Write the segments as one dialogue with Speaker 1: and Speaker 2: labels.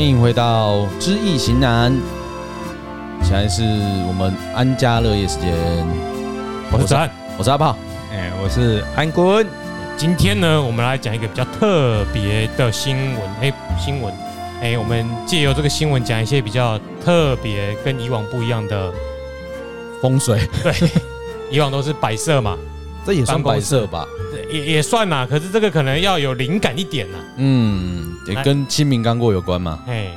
Speaker 1: 迎回到《知易行难》，现在是我们安家乐业时间，
Speaker 2: 我是子安。
Speaker 1: 我是阿炮。
Speaker 3: 哎、我是安坤，
Speaker 2: 今天呢，我们来讲一个比较特别的新闻。哎、新闻，哎、我们借由这个新闻讲一些比较特别、跟以往不一样的。
Speaker 1: 风水，
Speaker 2: 以往都是摆设嘛，
Speaker 1: 这也算
Speaker 2: 办公
Speaker 1: 摆
Speaker 2: 室
Speaker 1: 设吧？
Speaker 2: 也也算啦。可是这个可能要有灵感一点啦。
Speaker 1: 嗯，也跟清明刚过有关嘛，
Speaker 2: 哎、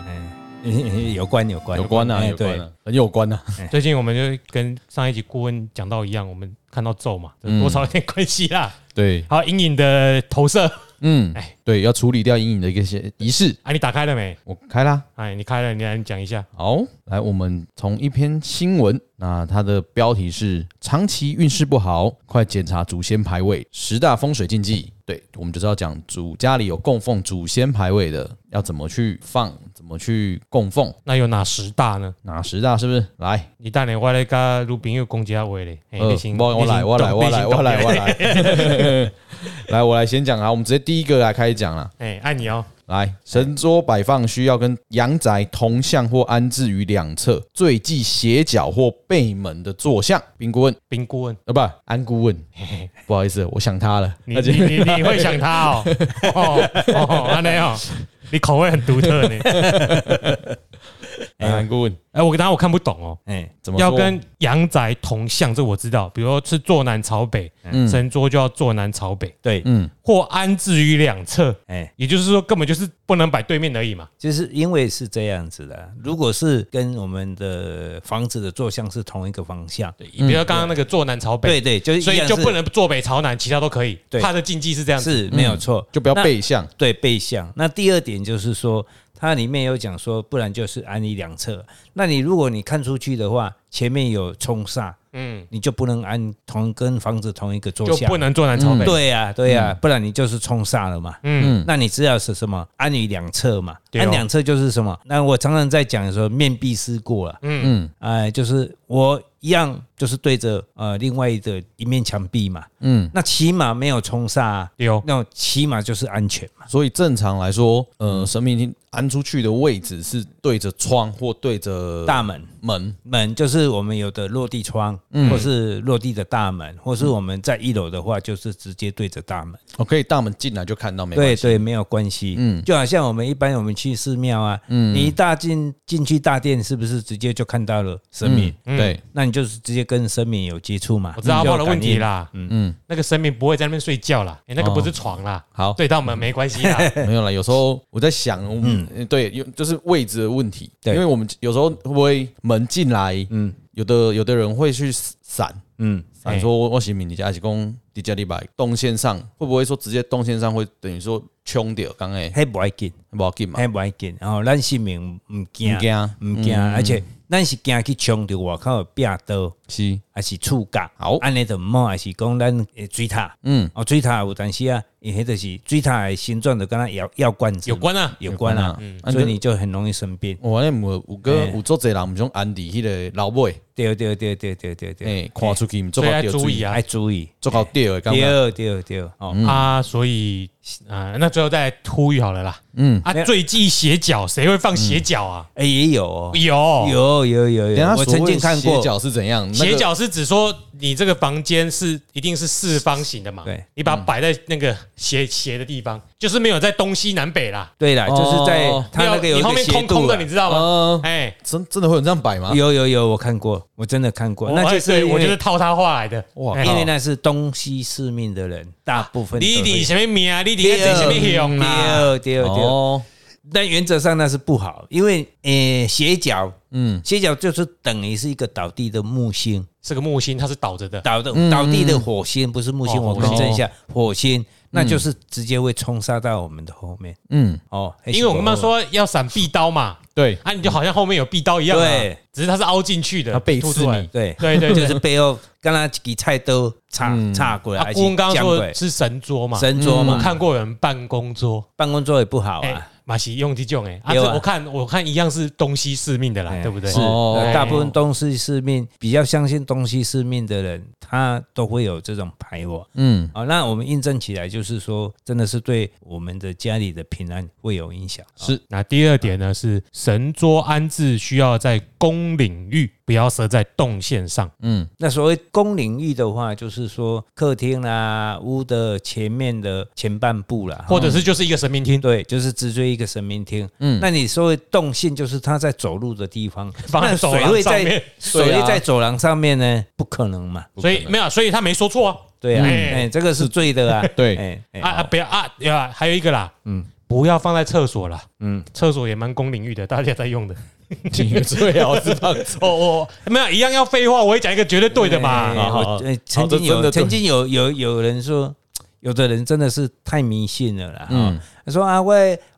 Speaker 3: 哎、 有关有关
Speaker 1: 有关啊，
Speaker 3: 哎
Speaker 1: 有关
Speaker 3: 对，
Speaker 1: 啊，很有关啊。
Speaker 2: 最近我们就跟上一集顾问讲到一样，我们看到咒嘛，这
Speaker 1: 嗯
Speaker 2: 多少有点关系啦。
Speaker 1: 对，
Speaker 2: 还有阴影的投射，
Speaker 1: 嗯
Speaker 2: 哎，
Speaker 1: 对，要处理掉阴影的一个些仪式。
Speaker 2: 啊，你打开了没？
Speaker 1: 我开啦。
Speaker 2: 哎，你开了，你来讲一下。
Speaker 1: 好，来，我们从一篇新闻，那它的标题是“长期运势不好，快检查祖先牌位十大风水禁忌”。对，我们就是要讲祖家里有供奉祖先牌位的，要怎么去放，怎么去供奉，
Speaker 2: 那有哪十大呢？
Speaker 1: 哪十大是不是？来，
Speaker 2: 你等下我来跟女朋友讲一下话嘞。哎
Speaker 1: 呃
Speaker 2: 你先
Speaker 1: 我我来，我来，我来，我来，我。
Speaker 2: 你先你先
Speaker 1: 来，来，我来先讲啊，我们直接第一个来开始讲啦。
Speaker 2: 哎，爱你哦。
Speaker 1: 来，神桌摆放需要跟阳宅同向或安置于两侧最忌斜角或背门的坐向。并顾问，
Speaker 2: 冰顾问，
Speaker 1: 啊，不，安顾问， 不好意思，我想他了。
Speaker 2: 你 你你你会想他 哦？哦哦，安尼哦，你口味很独特呢。
Speaker 1: 安顾问
Speaker 2: 哎，我等下我看不懂哦。
Speaker 3: 哎、
Speaker 1: 怎么说
Speaker 2: 要跟阳宅同向，这我知道。比如说是坐南朝北，
Speaker 1: 嗯
Speaker 2: 神桌就要坐南朝北，
Speaker 3: 对，
Speaker 1: 嗯
Speaker 2: 或安置于两侧。
Speaker 3: 哎、
Speaker 2: 也就是说，根本就是不能摆对面而已嘛。
Speaker 3: 就是因为是这样子的。如果是跟我们的房子的坐向是同一个方向，对
Speaker 2: 比如说刚刚那个坐南朝北，
Speaker 3: 对对，就是
Speaker 2: 所
Speaker 3: 一
Speaker 2: 以
Speaker 3: 样
Speaker 2: 就是不能坐北朝南，其他都可以。
Speaker 3: 对
Speaker 2: 他的禁忌是这样子。嗯
Speaker 3: 是没有错，
Speaker 1: 就不要
Speaker 3: 那
Speaker 1: 背向，
Speaker 3: 对背向。那第二点就是说，它里面有讲说，不然就是安于两侧。那你如果你看出去的话，前面有冲煞，
Speaker 2: 嗯，
Speaker 3: 你就不能安同跟房子同一个坐
Speaker 2: 就
Speaker 3: 向
Speaker 2: 不。能坐南朝北。
Speaker 3: 嗯对呀、对呀、不然你就是冲煞了嘛。
Speaker 2: 嗯，
Speaker 1: 嗯
Speaker 3: 那你知道是什么？安于两侧嘛，
Speaker 2: 对哦
Speaker 3: 安两侧就是什么？那我常常在讲的时候，面壁思过了，
Speaker 1: 嗯
Speaker 3: 哎，就是我一样，就是对着呃另外的一面墙壁嘛，
Speaker 1: 嗯，
Speaker 3: 那起码没有冲煞、啊，
Speaker 2: 对哦，
Speaker 3: 那起码就是安全嘛。
Speaker 1: 所以正常来说，呃，神明厅安出去的位置是对着窗或对着
Speaker 3: 大门
Speaker 1: 门，
Speaker 3: 门就是我们有的落地窗，
Speaker 1: 嗯
Speaker 3: 或是落地的大门，或
Speaker 2: 嗯
Speaker 3: 是我们在一楼的话，就是直接对着大门。
Speaker 1: 我可以大门进来就看到，没关
Speaker 3: 对
Speaker 1: 系。
Speaker 3: 对，没有关系。
Speaker 1: 嗯
Speaker 3: 嗯，就好像我们一般我们去寺庙啊，你一大进进去大殿，是不是直接就看到了神明？
Speaker 1: 嗯对，
Speaker 3: 那你就是直接跟生命有接触嘛？
Speaker 2: 我知道阿
Speaker 3: 你就
Speaker 2: 炮
Speaker 3: 有
Speaker 2: 的问题啦。
Speaker 3: 嗯
Speaker 2: 嗯，那个神明不会在那边睡觉啦，哎那个不是床啦，
Speaker 1: 好，
Speaker 2: 对到门没关系 啦。
Speaker 1: 没有啦，有时候我在想，嗯，对，有就是位置的问题，
Speaker 3: 对
Speaker 1: 因为我们有时候会不会门进来，
Speaker 3: 嗯
Speaker 1: 有的有的人会去闪
Speaker 3: 感应。嗯，
Speaker 1: 闪说我行明你家是公迪迦利白动线上会不会说直接动线上会等于说冲掉刚哎
Speaker 3: 还不要紧，
Speaker 1: 不要紧嘛，
Speaker 3: 还不要紧。然后咱性命唔惊
Speaker 1: 不，惊嗯
Speaker 3: 唔惊，而且咱是惊去冲着外口的壁刀，
Speaker 1: 是
Speaker 3: 还是触角，
Speaker 1: 好
Speaker 3: 安尼就唔好，还是讲咱的水塔。
Speaker 1: 嗯
Speaker 3: 哦，水塔有但是啊，伊迄就是水塔的形状就跟它药药罐子
Speaker 2: 有关啊，
Speaker 3: 有关啊，
Speaker 1: 啊
Speaker 3: 所以你就很容易生病。
Speaker 1: 我那有有个
Speaker 3: 嘿
Speaker 1: 有做侪人毋想安迪迄个老尾
Speaker 3: 对对对对对对对，
Speaker 1: 哎看出去毋做
Speaker 2: 所以
Speaker 1: 到
Speaker 2: 要
Speaker 1: 掉
Speaker 2: 注
Speaker 1: 水
Speaker 2: 意啊
Speaker 3: 爱注意。
Speaker 1: 做到掉的感觉，
Speaker 3: 对对对，哦，
Speaker 2: 啊。所以啊，那最后再来呼吁好了啦。
Speaker 1: 嗯
Speaker 2: 嗯啊，最忌斜角，谁会放斜角啊？
Speaker 3: 哎也有哦，
Speaker 2: 有
Speaker 3: 有有
Speaker 1: 等
Speaker 3: 有
Speaker 1: 一
Speaker 3: 有
Speaker 1: 下，
Speaker 3: 我曾经看
Speaker 1: 所谓
Speaker 3: 过
Speaker 1: 斜，角是怎样，那个
Speaker 2: 斜角是指说你这个房间是一定是四方形的嘛？
Speaker 3: 对，嗯
Speaker 2: 你把它摆在那个斜斜的地方，就是没有在东西南北啦。
Speaker 3: 对啦，就是在
Speaker 1: 哦
Speaker 3: 它那个有
Speaker 2: 你
Speaker 3: 一
Speaker 2: 后
Speaker 3: 个
Speaker 2: 面
Speaker 3: 斜
Speaker 2: 空
Speaker 3: 度啊哦
Speaker 2: 空
Speaker 3: 啦
Speaker 2: 的，你知道吗？
Speaker 1: 呃
Speaker 2: 哎，
Speaker 1: 真真的会有人这样摆吗？
Speaker 3: 有有有，我看过，我真的看过，那
Speaker 2: 我
Speaker 3: 就
Speaker 2: 哎对
Speaker 3: 是因
Speaker 2: 我就是
Speaker 3: 为
Speaker 2: 套他话来的。
Speaker 1: 哇
Speaker 2: 哎
Speaker 3: 因为那是东西四面的人，大部分都
Speaker 2: 你
Speaker 3: 会
Speaker 2: 你什么名啊？你你在什么用啊？
Speaker 3: 对对对，
Speaker 1: 哦，
Speaker 3: 但原则上那是不好，因为呃斜角
Speaker 1: 嗯
Speaker 3: 斜角就是等于是一个倒地的木星，
Speaker 2: 是个木星，它是倒着的。
Speaker 3: 倒的倒地的火星不是木星，
Speaker 2: 嗯哦
Speaker 3: 我
Speaker 2: 火
Speaker 3: 更
Speaker 2: 星嗯
Speaker 3: 正一下，火星那就是直接会冲杀到我们的后面
Speaker 1: 嗯，
Speaker 3: 哦，
Speaker 2: 因为我刚刚说要闪避刀嘛，
Speaker 1: 对，
Speaker 2: 啊，你就好像后面有避刀一样、啊，
Speaker 3: 对，
Speaker 2: 只是它是凹进去的，
Speaker 1: 它背
Speaker 2: 凸
Speaker 1: 刺
Speaker 2: 出来
Speaker 1: 你，
Speaker 3: 对，
Speaker 2: 对对
Speaker 3: 就
Speaker 2: 对。
Speaker 3: 是背后刚刚几菜都插插过来，
Speaker 2: 啊，
Speaker 3: 还是
Speaker 2: 顾问刚刚
Speaker 3: 降
Speaker 2: 说
Speaker 3: 过
Speaker 2: 的
Speaker 3: 来
Speaker 2: 是神桌嘛，
Speaker 3: 神桌
Speaker 2: 我
Speaker 3: 嘛，
Speaker 2: 看过有人办公桌，
Speaker 3: 办公桌也不好
Speaker 2: 哎
Speaker 3: 啊，，
Speaker 2: 马西用这种哎，啊，
Speaker 3: 对啊
Speaker 2: 这我看我看一样是东西四命的啦，
Speaker 3: 哎
Speaker 2: 对不对？
Speaker 3: 是，
Speaker 1: 哦
Speaker 3: 呃
Speaker 2: 哎
Speaker 3: 大部分东西四面比较相信东西四面的人，它都会有这种排瓦。
Speaker 1: 嗯，
Speaker 3: 啊、那我们印证起来就是说，真的是对我们的家里的平安会有影响。
Speaker 1: 是
Speaker 2: 那第二点呢是神桌安置需要在公领域，不要设在动线上。
Speaker 1: 嗯，
Speaker 3: 那所谓公领域的话，就是说客厅啦、屋的前面的前半部啦，
Speaker 2: 或者是就是一个神明厅，
Speaker 3: 对，就是直追一个神明厅。
Speaker 1: 嗯
Speaker 3: 嗯，那你说的动线就是它在走路的地方，
Speaker 2: 放在
Speaker 3: 那
Speaker 2: 走
Speaker 3: 水
Speaker 2: 廊
Speaker 3: 会
Speaker 2: 上
Speaker 3: 在
Speaker 2: 面。
Speaker 3: 水
Speaker 1: 对
Speaker 3: 会
Speaker 1: 啊
Speaker 3: 在走廊上面呢？不可能嘛？
Speaker 1: 不可
Speaker 2: 所
Speaker 1: 能
Speaker 2: 以没有，所以他没说错啊。
Speaker 3: 对啊，
Speaker 2: 嗯
Speaker 3: 哎、这个是罪的啊。
Speaker 1: 对
Speaker 3: 哎、哎
Speaker 2: 啊啊，不要啊呀，还有一个啦，嗯
Speaker 3: 嗯，
Speaker 2: 不要放在厕所啦，
Speaker 3: 嗯，
Speaker 2: 厕所也蛮公领域的，大家在用的。
Speaker 1: 你最好是这样子。
Speaker 2: 哦哦，没有一样要废话，我会讲一个绝对对的嘛。哦
Speaker 3: 哎
Speaker 1: 好
Speaker 3: 我
Speaker 1: 好
Speaker 3: 呃曾
Speaker 1: 这
Speaker 3: 经
Speaker 1: 真的
Speaker 3: 有
Speaker 1: 对
Speaker 3: 曾经有有有人说，有的人真的是太迷信了啦。
Speaker 1: 嗯
Speaker 3: 嗯，他说啊，我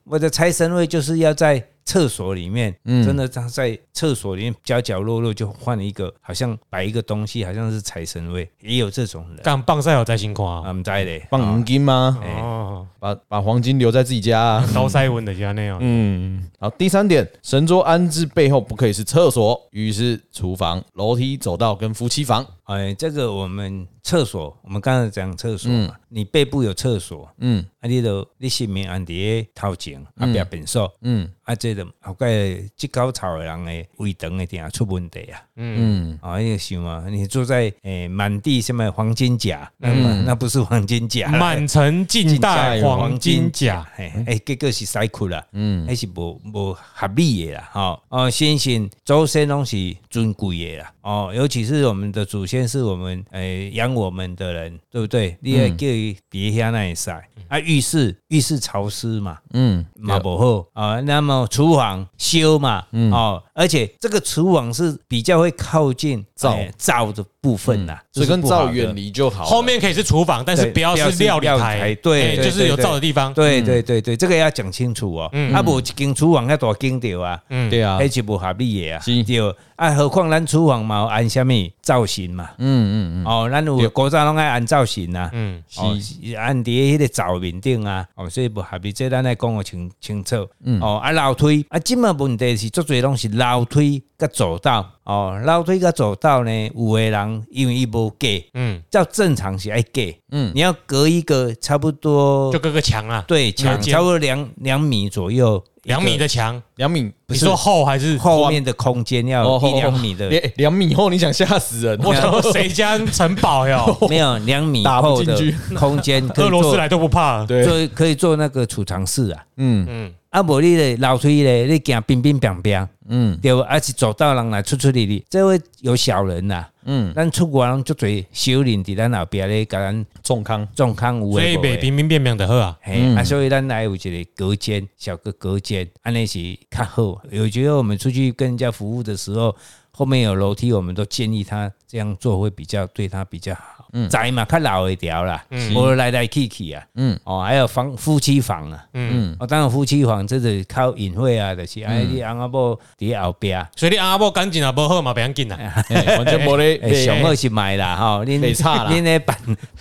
Speaker 3: 我的财神位就是要在厕所里面，
Speaker 1: 嗯
Speaker 3: 真的他在厕所里面角角落落就换了一个，好像摆一个东西，好像是财神位，也有这种人。
Speaker 2: 干棒赛有在辛苦啊。
Speaker 3: 啊，唔知嘞，
Speaker 1: 放黄金吗？
Speaker 3: 哎
Speaker 2: 哦，
Speaker 1: 把把黄金留在自己家、啊。
Speaker 2: 刀塞文的家那样。
Speaker 1: 嗯，好。第三点，神桌安置背后不可以是厕所，于是厨房、楼梯、走道跟夫妻房。
Speaker 3: 哎，这个我们厕所，我们刚才讲厕所嘛，你背部有厕所，
Speaker 1: 嗯
Speaker 3: 啊，你都你是面按伫头前，啊，壁变数，
Speaker 1: 嗯
Speaker 3: 啊，这个后盖即高潮的人的胃肠的定出问题啊！
Speaker 1: 嗯，
Speaker 3: 啊，你就想啊，你坐在诶满、地什么黄金甲，那、那不是黄金甲
Speaker 2: 嗯
Speaker 3: 啦，
Speaker 2: 满城尽带黄金甲，嗯
Speaker 3: 哎哎、欸结果是塞苦啦，嗯，还是无无合理的啦，吼、哦，先先祖先拢是尊贵的啦，哦，尤其是我们的祖先是我们诶养、我们的人，对不对？你
Speaker 2: 嗯
Speaker 3: 也叫伊别遐那里晒啊，浴室浴室潮湿嘛，
Speaker 1: 嗯
Speaker 3: 嘛不好啊、那么厨房修嘛，
Speaker 1: 嗯
Speaker 3: 哦，而且这个厨房是比较会靠近
Speaker 1: 灶嗯
Speaker 3: 哎灶的部分啦，
Speaker 1: 所以跟灶远
Speaker 3: 远离。
Speaker 1: 离就好了。
Speaker 2: 后面可以是厨房，但是
Speaker 3: 对
Speaker 2: 不要
Speaker 3: 不要
Speaker 2: 是
Speaker 3: 是
Speaker 2: 料理
Speaker 3: 料理
Speaker 2: 台，
Speaker 3: 台对
Speaker 2: 哎
Speaker 3: 对
Speaker 2: 就是有照的地方。
Speaker 3: 对对对对，这个要讲清楚哦。啊，无一间厨房遐大间着啊，
Speaker 1: 嗯
Speaker 2: 嗯，
Speaker 1: 对啊，
Speaker 3: 迄是无合理的啊。
Speaker 1: 是
Speaker 3: 对，啊，何况咱厨房嘛有按什么造型嘛？
Speaker 1: 嗯嗯
Speaker 3: 哦，咱
Speaker 1: 对
Speaker 3: 有古早拢爱按造型啊。
Speaker 2: 嗯，
Speaker 3: 哦，
Speaker 1: 嗯，是，
Speaker 3: 是按伫迄个灶面顶啊，哦，所以无合理，这咱来讲个清清楚。哦，啊，楼梯啊，即嘛问题是足侪拢是楼梯甲走道，哦，楼梯甲走道呢，有诶人因为伊无隔，
Speaker 2: 嗯，
Speaker 3: 照正常是爱隔，
Speaker 1: 嗯
Speaker 3: 嗯，你要隔一个差不多
Speaker 2: 就隔个墙啊，
Speaker 3: 对，
Speaker 2: 了
Speaker 3: 墙
Speaker 2: 解
Speaker 3: 差不多两两米左右，
Speaker 2: 两米的墙，
Speaker 1: 两米
Speaker 2: 你说厚还是？
Speaker 3: 后面的空间要
Speaker 1: 哦
Speaker 3: 一两米的，
Speaker 1: 两两米厚，你想吓死人？
Speaker 2: 我想说谁家城堡哟，
Speaker 3: 没有两米
Speaker 1: 打不
Speaker 3: 厚的
Speaker 1: 进
Speaker 3: 空间， 可
Speaker 2: 俄
Speaker 3: 以
Speaker 2: 罗斯
Speaker 3: 做
Speaker 2: 来都不怕。
Speaker 1: 对
Speaker 3: 做可以做那个储藏室啊。
Speaker 1: 嗯
Speaker 2: 嗯，
Speaker 3: 啊，无你咧楼梯咧，你行冰冰冰冰，
Speaker 1: 嗯
Speaker 3: 对吧，而且走道人来出出入入，这会有小人呐、
Speaker 1: 嗯，
Speaker 3: 咱出国人足多小人伫咱后壁咧，甲咱
Speaker 1: 重康
Speaker 3: 状况有
Speaker 2: 所以
Speaker 3: 诶无
Speaker 2: 北
Speaker 3: 诶。
Speaker 2: 平民变变的喝啊，
Speaker 3: 嘿、啊，所以咱来有一个隔间，小个隔间，安尼是较好。有觉得我们出去跟人家服务的时候，后面有楼梯，我们都建议他这样做会比较对他比较好。宅嘛，较老一条啦，无来来去去啊。
Speaker 1: 嗯
Speaker 3: 嗯，哦，还有房夫妻房啊，
Speaker 2: 嗯，
Speaker 3: 哦，当然夫妻房这是靠隐晦啊，就是哎，你翁仔某伫后壁，
Speaker 2: 所以你阿伯赶紧啊，不喝嘛，别紧啦。
Speaker 1: 哎完全没
Speaker 3: 哎，
Speaker 1: 嘞，
Speaker 2: 啊
Speaker 3: 上好是买啦，吼，恁
Speaker 1: 袂差啦
Speaker 3: 恁咧办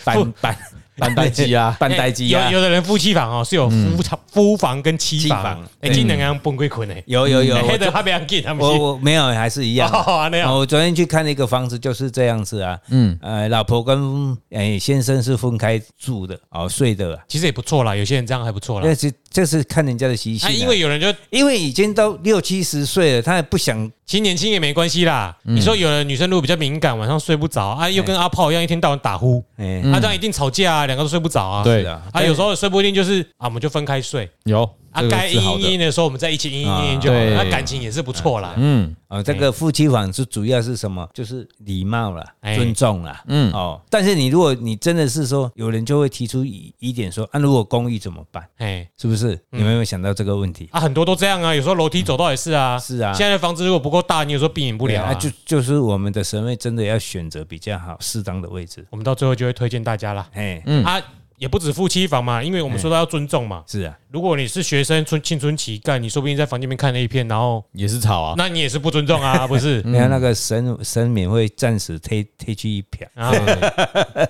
Speaker 3: 办 办
Speaker 1: 办代志 啊
Speaker 3: 办代志啊
Speaker 2: 哎有，有的人夫妻房哦是有夫妻夫房跟妻
Speaker 3: 妻
Speaker 2: 房
Speaker 3: 房，
Speaker 2: 哎，
Speaker 3: 对
Speaker 2: 这两样崩溃困诶。
Speaker 3: 有 有有，
Speaker 2: 黑
Speaker 3: 我
Speaker 2: 的他别紧，他们
Speaker 3: 我
Speaker 2: 是
Speaker 3: 我没有，还是一样啊。
Speaker 2: 哦那样
Speaker 3: 哦我昨天去看了一个房子，就是这样子啊。
Speaker 1: 嗯
Speaker 3: 嗯，呃，老婆跟哎、先生是分开住的，哦，睡的、啊。
Speaker 2: 其实也不错啦，有些人这样还不错啦
Speaker 3: 这。是这是看人家的习性、
Speaker 2: 啊，
Speaker 3: 啊，
Speaker 2: 因为有人就
Speaker 3: 因为已经都六七十岁了，他也不想
Speaker 2: 其实年轻也没关系啦。你说有的女生如果比较敏感，晚上睡不着啊，又跟阿炮一样一天到晚打呼，
Speaker 3: 哎、
Speaker 1: 嗯
Speaker 2: 啊，这样一定吵架啊，两个都睡不着啊。
Speaker 1: 对
Speaker 3: 是啊，
Speaker 2: 啊，有时候睡不一定就是啊，我们就分开睡
Speaker 1: 有这，
Speaker 2: 啊
Speaker 1: 个
Speaker 2: 该
Speaker 1: 是
Speaker 2: 阴
Speaker 1: 好
Speaker 2: 阴
Speaker 1: 的
Speaker 2: 阴的时候我们在一起阴阴阴就好
Speaker 1: 对
Speaker 2: 了，那感情也是不错啦。
Speaker 1: 嗯
Speaker 3: 哦，这个夫妻房是主要是什么？就是礼貌啦，
Speaker 2: 哎
Speaker 3: 尊重啦。
Speaker 1: 嗯
Speaker 3: 哦，但是你如果你真的是说，有人就会提出疑疑点说，啊，如果公寓怎么办？
Speaker 2: 哎，
Speaker 3: 是不是？你们有没有想到这个问题？
Speaker 2: 啊，很多都这样啊，有时候楼梯走道也是啊。
Speaker 3: 是啊
Speaker 2: 现在的房子如果不够大，你有时候避免不
Speaker 3: 对
Speaker 2: 了
Speaker 3: 啊，
Speaker 2: 啊。
Speaker 3: 就就是我们的神位真的要选择比较好、适当的位置。
Speaker 2: 我们到最后就会推荐大家啦。
Speaker 3: 哎，
Speaker 1: 嗯
Speaker 2: 啊，也不止夫妻房嘛，因为我们说到要尊重嘛。
Speaker 3: 是啊，
Speaker 2: 如果你是学生春青春期干，你说不定在房间里面看 A 片，然后
Speaker 1: 也是吵啊，
Speaker 2: 那你也是不尊重啊，不是？
Speaker 3: 没有
Speaker 1: 嗯
Speaker 3: 那个神神明会暂时推推去一瞥。
Speaker 2: 啊，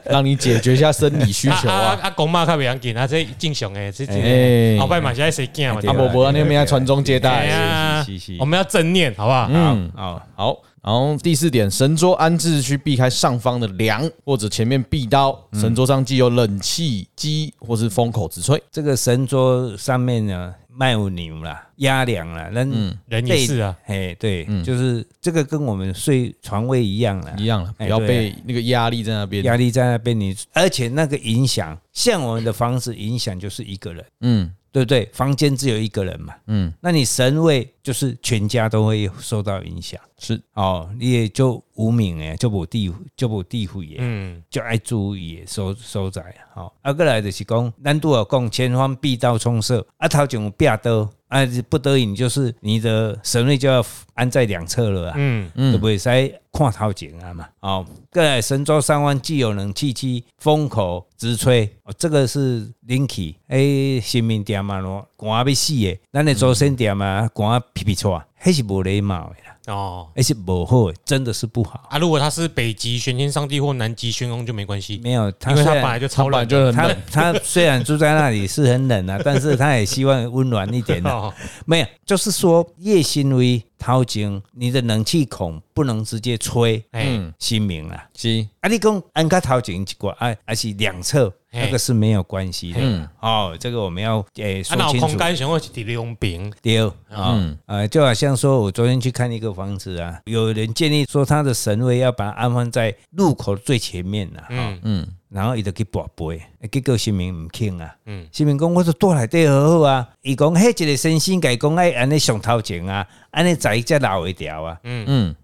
Speaker 1: 让你解决一下生理需求
Speaker 2: 啊
Speaker 1: 啊。
Speaker 2: 啊，公妈较袂要紧啊，这正常诶，这
Speaker 1: 哎
Speaker 2: 这后摆嘛是爱谁惊嘛，
Speaker 3: 对
Speaker 1: 阿
Speaker 2: 对
Speaker 1: 伯伯那边在传宗接
Speaker 2: 哎
Speaker 1: 代，
Speaker 2: 呀
Speaker 3: 是是是是，
Speaker 2: 我们要正念，好不好？
Speaker 1: 嗯，
Speaker 3: 哦，
Speaker 1: 好，然后第四点，神桌安置需避开上方的梁或者前面壁刀，神桌上既有冷气机或是风口直吹。
Speaker 3: 这个神桌上面呢，卖有牛啦、压梁啦，那
Speaker 1: 嗯
Speaker 2: 人也是啊，
Speaker 3: 哎，对，就是这个跟我们睡床位一样啦，
Speaker 1: 一样了，不
Speaker 3: 哎
Speaker 1: 要
Speaker 3: 对啊
Speaker 1: 被那个压力在那边。
Speaker 3: 压力在那边你，而且那个影响，像我们的房子影响就是一个人，
Speaker 1: 嗯，
Speaker 3: 对不对？房间只有一个人嘛，
Speaker 1: 嗯
Speaker 3: 嗯，那你神位就是全家都会受到影响
Speaker 1: 是
Speaker 3: 哦，你也就无名哎，就无地就无地位耶，
Speaker 2: 嗯，
Speaker 3: 就爱注意的所所在吼。啊，过来就是讲，咱都有讲前方必道冲射，啊，头前有壁刀，啊，不得已你就是你的神位就要安在两侧了啊。
Speaker 2: 嗯，
Speaker 1: 嗯
Speaker 3: 就袂使看头前啊嘛。哦，过来神州上湾既有冷气机，风口直吹，哦，这个是冷气。哎诶，新民店嘛咯，寒要死诶，咱的周身店嘛，寒皮皮臭啊，迄是无礼貌诶啦，
Speaker 2: 哦，
Speaker 3: 迄是无好诶，真的是不好。
Speaker 2: 啊，如果他是北极玄天上帝或南极玄翁就没关系，
Speaker 3: 没有，他
Speaker 2: 因为
Speaker 3: 虽
Speaker 2: 他本来
Speaker 3: 然
Speaker 2: 就超
Speaker 1: 本来
Speaker 2: 冷，
Speaker 1: 就很
Speaker 3: 他
Speaker 1: 冷。
Speaker 3: 他虽然住在那里是很冷啊，但是他也希望温暖一点啊。
Speaker 2: 哦，
Speaker 3: 没有，就是说夜行为掏井，你的冷气孔不能直接吹
Speaker 2: 哎，
Speaker 3: 新明啦。
Speaker 1: 是，
Speaker 3: 啊，你讲按个头前一挂，啊，还是两侧，
Speaker 2: 嘿
Speaker 3: 那个是没有关系的。
Speaker 1: 嗯
Speaker 3: 哦，这个我们要诶、
Speaker 2: 啊，
Speaker 3: 说
Speaker 2: 脑
Speaker 3: 清
Speaker 2: 空嗯
Speaker 3: 楚。
Speaker 2: 干雄会是第六饼，
Speaker 3: 对啊、哦呃，就好像说我昨天去看一个房子啊，有人建议说他的神位要把它安放在路口最前面呐、啊，
Speaker 2: 嗯
Speaker 1: 嗯
Speaker 3: 然后伊就去跋杯，结果新民唔肯啊。
Speaker 2: 嗯
Speaker 3: 新民讲我说住内底好好啊，伊讲迄一个先生家讲爱安尼上头前啊，安尼才才老会条啊。
Speaker 1: 嗯，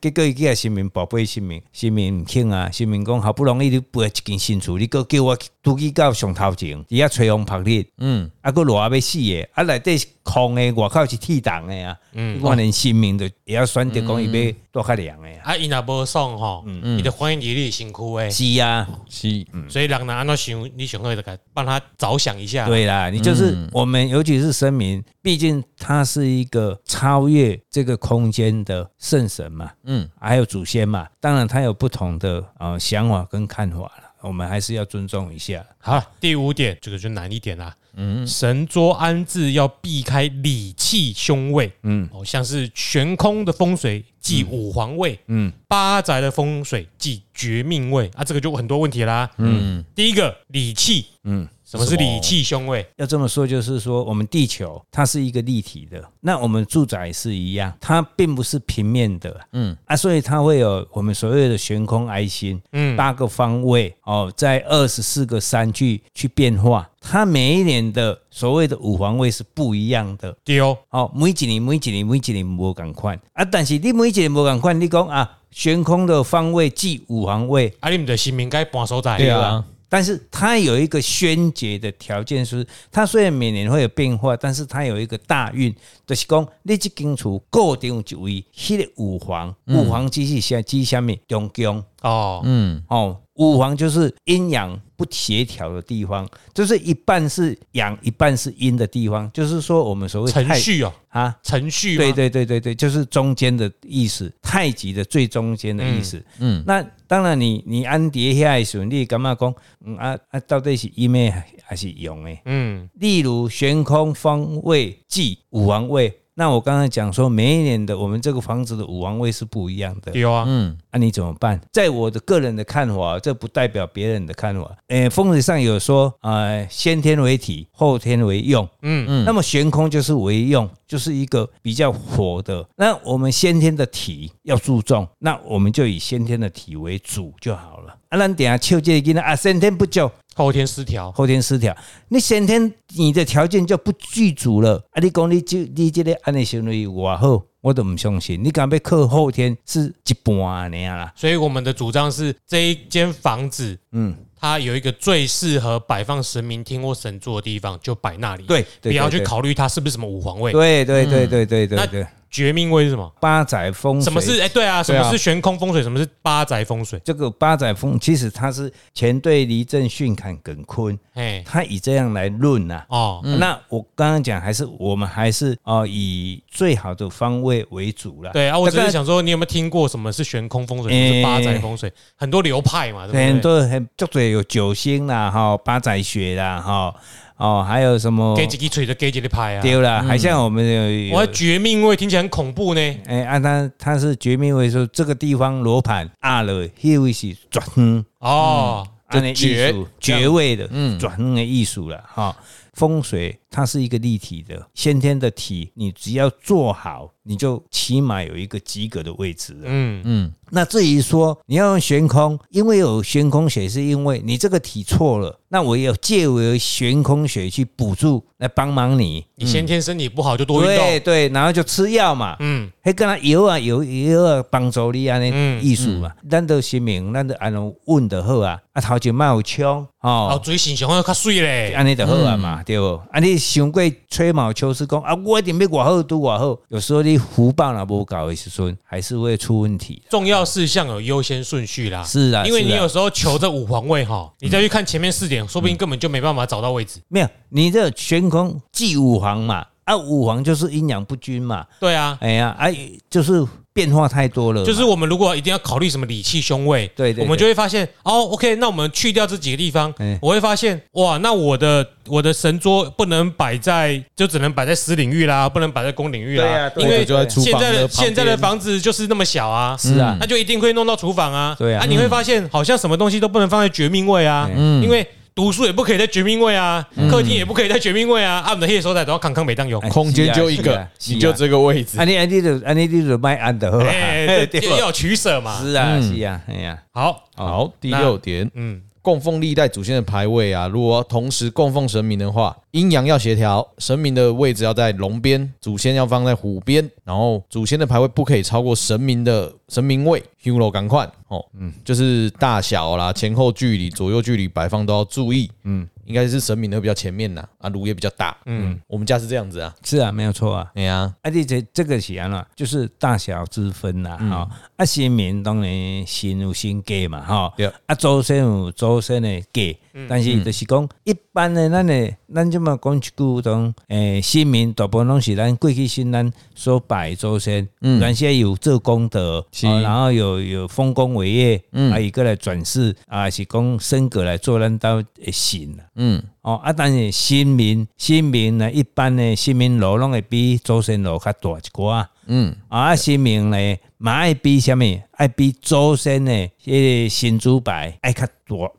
Speaker 3: 结果伊去啊，新民宝贝，新民新民毋肯啊，新民讲好不容易你背一间新厝，你搁叫我拄去到上头前，伫遐吹风晒日，
Speaker 1: 嗯，
Speaker 3: 啊搁热啊要死诶，啊内底是空诶，外口是铁档诶啊，嗯，我连新民都会晓选择讲伊要多较凉诶啊，
Speaker 2: 啊，伊若无送吼，
Speaker 1: 嗯
Speaker 2: 伊就欢迎你你辛苦诶，
Speaker 3: 是啊，
Speaker 1: 是，
Speaker 2: 所以人若安怎想，你想好就该帮他着想一下，，
Speaker 3: 对啦，你就是我们，尤其是声明，毕竟它是一个超越这个空间的圣神嘛，
Speaker 1: 嗯，
Speaker 3: 还有祖先嘛，当然他有不同的呃想法跟看法了，我们还是要尊重一下。
Speaker 2: 好了，第五点这个就难一点啦。嗯，神桌安置要避开理气凶位，嗯，哦，像是悬空的风水忌五黄位，嗯，八宅的风水忌绝命位啊，这个就很多问题啦。嗯，第一个理气，嗯，什么是理气凶位？
Speaker 3: 要这么说，就是说我们地球它是一个立体的，那我们住宅是一样，它并不是平面的，嗯啊，所以它会有我们所谓的悬空 I 心，嗯，八个方位哦，在二十四个山去去变化，它每一年的所谓的五环位是不一样的。
Speaker 2: 丢
Speaker 3: 哦，每一年每一年每一年无共款啊，但是你每一年无共款，你讲啊，悬空的方位即五环位，
Speaker 2: 啊，你们的新民该搬所在，
Speaker 1: 对啊，
Speaker 3: 但是它有一个宣解的条件是，它虽然每年会有变化，但是它有一个大运，就是讲你这间厝固定有一位，迄、个五黄，
Speaker 2: 嗯
Speaker 3: 五黄即是啥？即下面中宫
Speaker 2: 哦，
Speaker 1: 嗯
Speaker 3: 哦，五黄就是阴阳不协调的地方，就是一半是阳，一半是阴的地方，就是说我们所谓
Speaker 2: 程
Speaker 3: 太
Speaker 2: 序哦，
Speaker 3: 啊。
Speaker 2: 程序吗
Speaker 3: 对，对对对对，就是中间的意思，太极的最中间的意思。嗯，那当然你，你安迪下的时候，你感觉讲，嗯啊啊，到底是阴的还是阳的？
Speaker 2: 嗯，
Speaker 3: 例如悬空方位即五王位，那我刚才讲说，每一年的我们这个房子的五王位是不一样的。
Speaker 2: 丢啊，
Speaker 1: 嗯
Speaker 3: 那、你怎么办？在我的个人的看法，这不代表别人的看法。诶、风水上有说，呃，先天为体，后天为用。
Speaker 2: 嗯
Speaker 3: 嗯，那么悬空就是为用，就是一个比较火的。那我们先天的体要注重，那我们就以先天的体为主就好了。啊，咱等下秋这个囡仔啊，先天不足，
Speaker 2: 后天失调，
Speaker 3: 后天失调，你先天你的条件就不具足了啊！你讲你就你这个安尼行为偌好，我都唔相信。你敢要靠后天是一半安尼啦。
Speaker 2: 所以我们的主张是这一间房子，嗯，它有一个最适合摆放神明厅或神座的地方，就摆那里。
Speaker 3: 对对
Speaker 2: 不要
Speaker 3: 对
Speaker 2: 去
Speaker 3: 对
Speaker 2: 考虑它是不是什么五皇位。
Speaker 3: 对对对对对对对
Speaker 2: 那，绝命位是什么？
Speaker 3: 八宅风
Speaker 2: 嗯
Speaker 3: 水
Speaker 2: 什么是？哎，对啊，什
Speaker 1: 对啊
Speaker 2: 么是悬空风水？什么是八宅风水？
Speaker 3: 这个八宅风？其实它是前队黎正训侃耿坤，
Speaker 2: 哎，
Speaker 3: 他以这样来论呐、
Speaker 2: 哦，
Speaker 3: 那我刚刚讲还是我们还是哦以最好的方位为主啦。
Speaker 2: 对啊，我只
Speaker 3: 大
Speaker 2: 是
Speaker 3: 概
Speaker 2: 想说，你有没有听过什么是悬空风水，什么是八宅风水？很多流派嘛，对不对？
Speaker 3: 很多很足多有九星啦，哈，八仔穴啦，哈，哦，还有什么
Speaker 2: 给几个锤的，给几个拍啊！
Speaker 3: 丢了，还像我们有
Speaker 2: 我绝命位听起来很恐怖呢。
Speaker 3: 哎，按、啊、他他是绝命位说这个地方罗盘啊了，迄位是转哼，
Speaker 2: 哦，
Speaker 3: 按的
Speaker 1: 绝
Speaker 3: 艺术绝位的，
Speaker 2: 嗯
Speaker 3: 转哼的艺术了哈。风水它是一个立体的先天的体，你只要做好，你就起码有一个及格的位置了。
Speaker 2: 嗯
Speaker 3: 那至于说你要用悬空，因为有悬空学，是因为你这个体错了，那我有借为悬空学去补助来帮忙你。
Speaker 2: 你先天身体不好就多运
Speaker 3: 对
Speaker 2: 动，
Speaker 3: 对，然后就吃药嘛，
Speaker 2: 嗯，
Speaker 3: 迄敢若药啊药药啊帮助你安尼
Speaker 2: 嗯
Speaker 3: 意思嘛，咱都心明，咱都安尼问就好啊，啊头前莫有枪
Speaker 2: 哦，
Speaker 3: 吼，
Speaker 2: 嘴型想要较水嘞，
Speaker 3: 安尼就好啊
Speaker 2: 嗯
Speaker 3: 嘛，对无？啊你想过吹毛求疵讲啊，我一定要偌好拄偌好，有时候你福报若无够的时阵，还是会出问题。啊
Speaker 2: 重要事项有优先顺序啦。
Speaker 3: 是啊，
Speaker 2: 因为
Speaker 3: 是
Speaker 2: 你
Speaker 3: 啊
Speaker 2: 有时候求这五皇位哈，你再去看前面四点，说不定根本就没办法找到位置。
Speaker 3: 没有你这悬空即五行嘛，啊五行就是阴阳不均嘛，
Speaker 2: 对啊，
Speaker 3: 哎呀，哎、就是变化太多了嘛，
Speaker 2: 就是我们如果一定要考虑什么理气凶位，
Speaker 3: 嗯对对对
Speaker 2: 我们就会发现哦，OK，那我们去掉这几个地方
Speaker 3: 哎，
Speaker 2: 我会发现哇，那我的我的神桌不能摆在，就只能摆在私领域啦，不能摆在公领域
Speaker 3: 对啊
Speaker 2: 啦，
Speaker 3: 对啊
Speaker 2: 因为
Speaker 1: 就在厨
Speaker 2: 现
Speaker 1: 房
Speaker 2: 在的
Speaker 1: 的旁边
Speaker 2: 现在的房子就是那么小啊，
Speaker 3: 是啊，
Speaker 2: 那就一定会弄到厨房啊，
Speaker 3: 对啊嗯
Speaker 2: 啊，你会发现好像什么东西都不能放在绝命位
Speaker 3: 哎
Speaker 2: 啊，因为。读书也不可以在绝命位啊，客厅也不可以在绝命位啊，啊，我们的黑手仔都要康康没当用
Speaker 3: 哎，
Speaker 1: 空间就一
Speaker 3: 是
Speaker 1: 个
Speaker 3: 啊，是啊
Speaker 1: 你就这个位置
Speaker 3: 安。尼安尼就安尼你就卖安得好啊，
Speaker 2: 哎，这
Speaker 3: 对
Speaker 2: 要
Speaker 3: 吧
Speaker 2: 有取舍嘛。
Speaker 3: 是啊是啊，哎呀，
Speaker 2: 好，
Speaker 1: 好，第六点，
Speaker 2: 嗯，
Speaker 1: 供奉历代祖先的牌位啊，如果同时供奉神明的话，阴阳要协调，神明的位置要在龙边，祖先要放在虎边，然后祖先的牌位不可以超过神明的神明位。Hero 赶快哦，嗯，就是大小啦、前后距离、左右距离摆放都要注意，嗯，应该是神明的比较前面呐，啊，炉也比较大，嗯，我们家是这样子啊，
Speaker 3: 是啊，没有错啊。
Speaker 1: 哎呀，
Speaker 3: 啊，你这这个是安怎，就是大小之分
Speaker 1: 嗯
Speaker 3: 啦，吼、啊，新民当然新有新价嘛，吼
Speaker 1: 对，嗯
Speaker 3: 啊，周身有周身的价，但是就是讲、一般的咱的咱即么讲一句讲，诶、新民大部分拢是咱过去新咱所拜周身，原先有做功德，
Speaker 1: 嗯是嗯
Speaker 3: 哦然后有有丰功伟业，啊，伊过来转世，啊，是讲升格来做咱兜的神啦。
Speaker 1: 嗯，
Speaker 3: 哦，啊，但是新民新民呢，一般呢，新民路拢会比周身路较大一寡。
Speaker 1: 嗯，
Speaker 3: 啊，新民呢，嘛爱比什物爱比周身呢，迄个新主牌爱较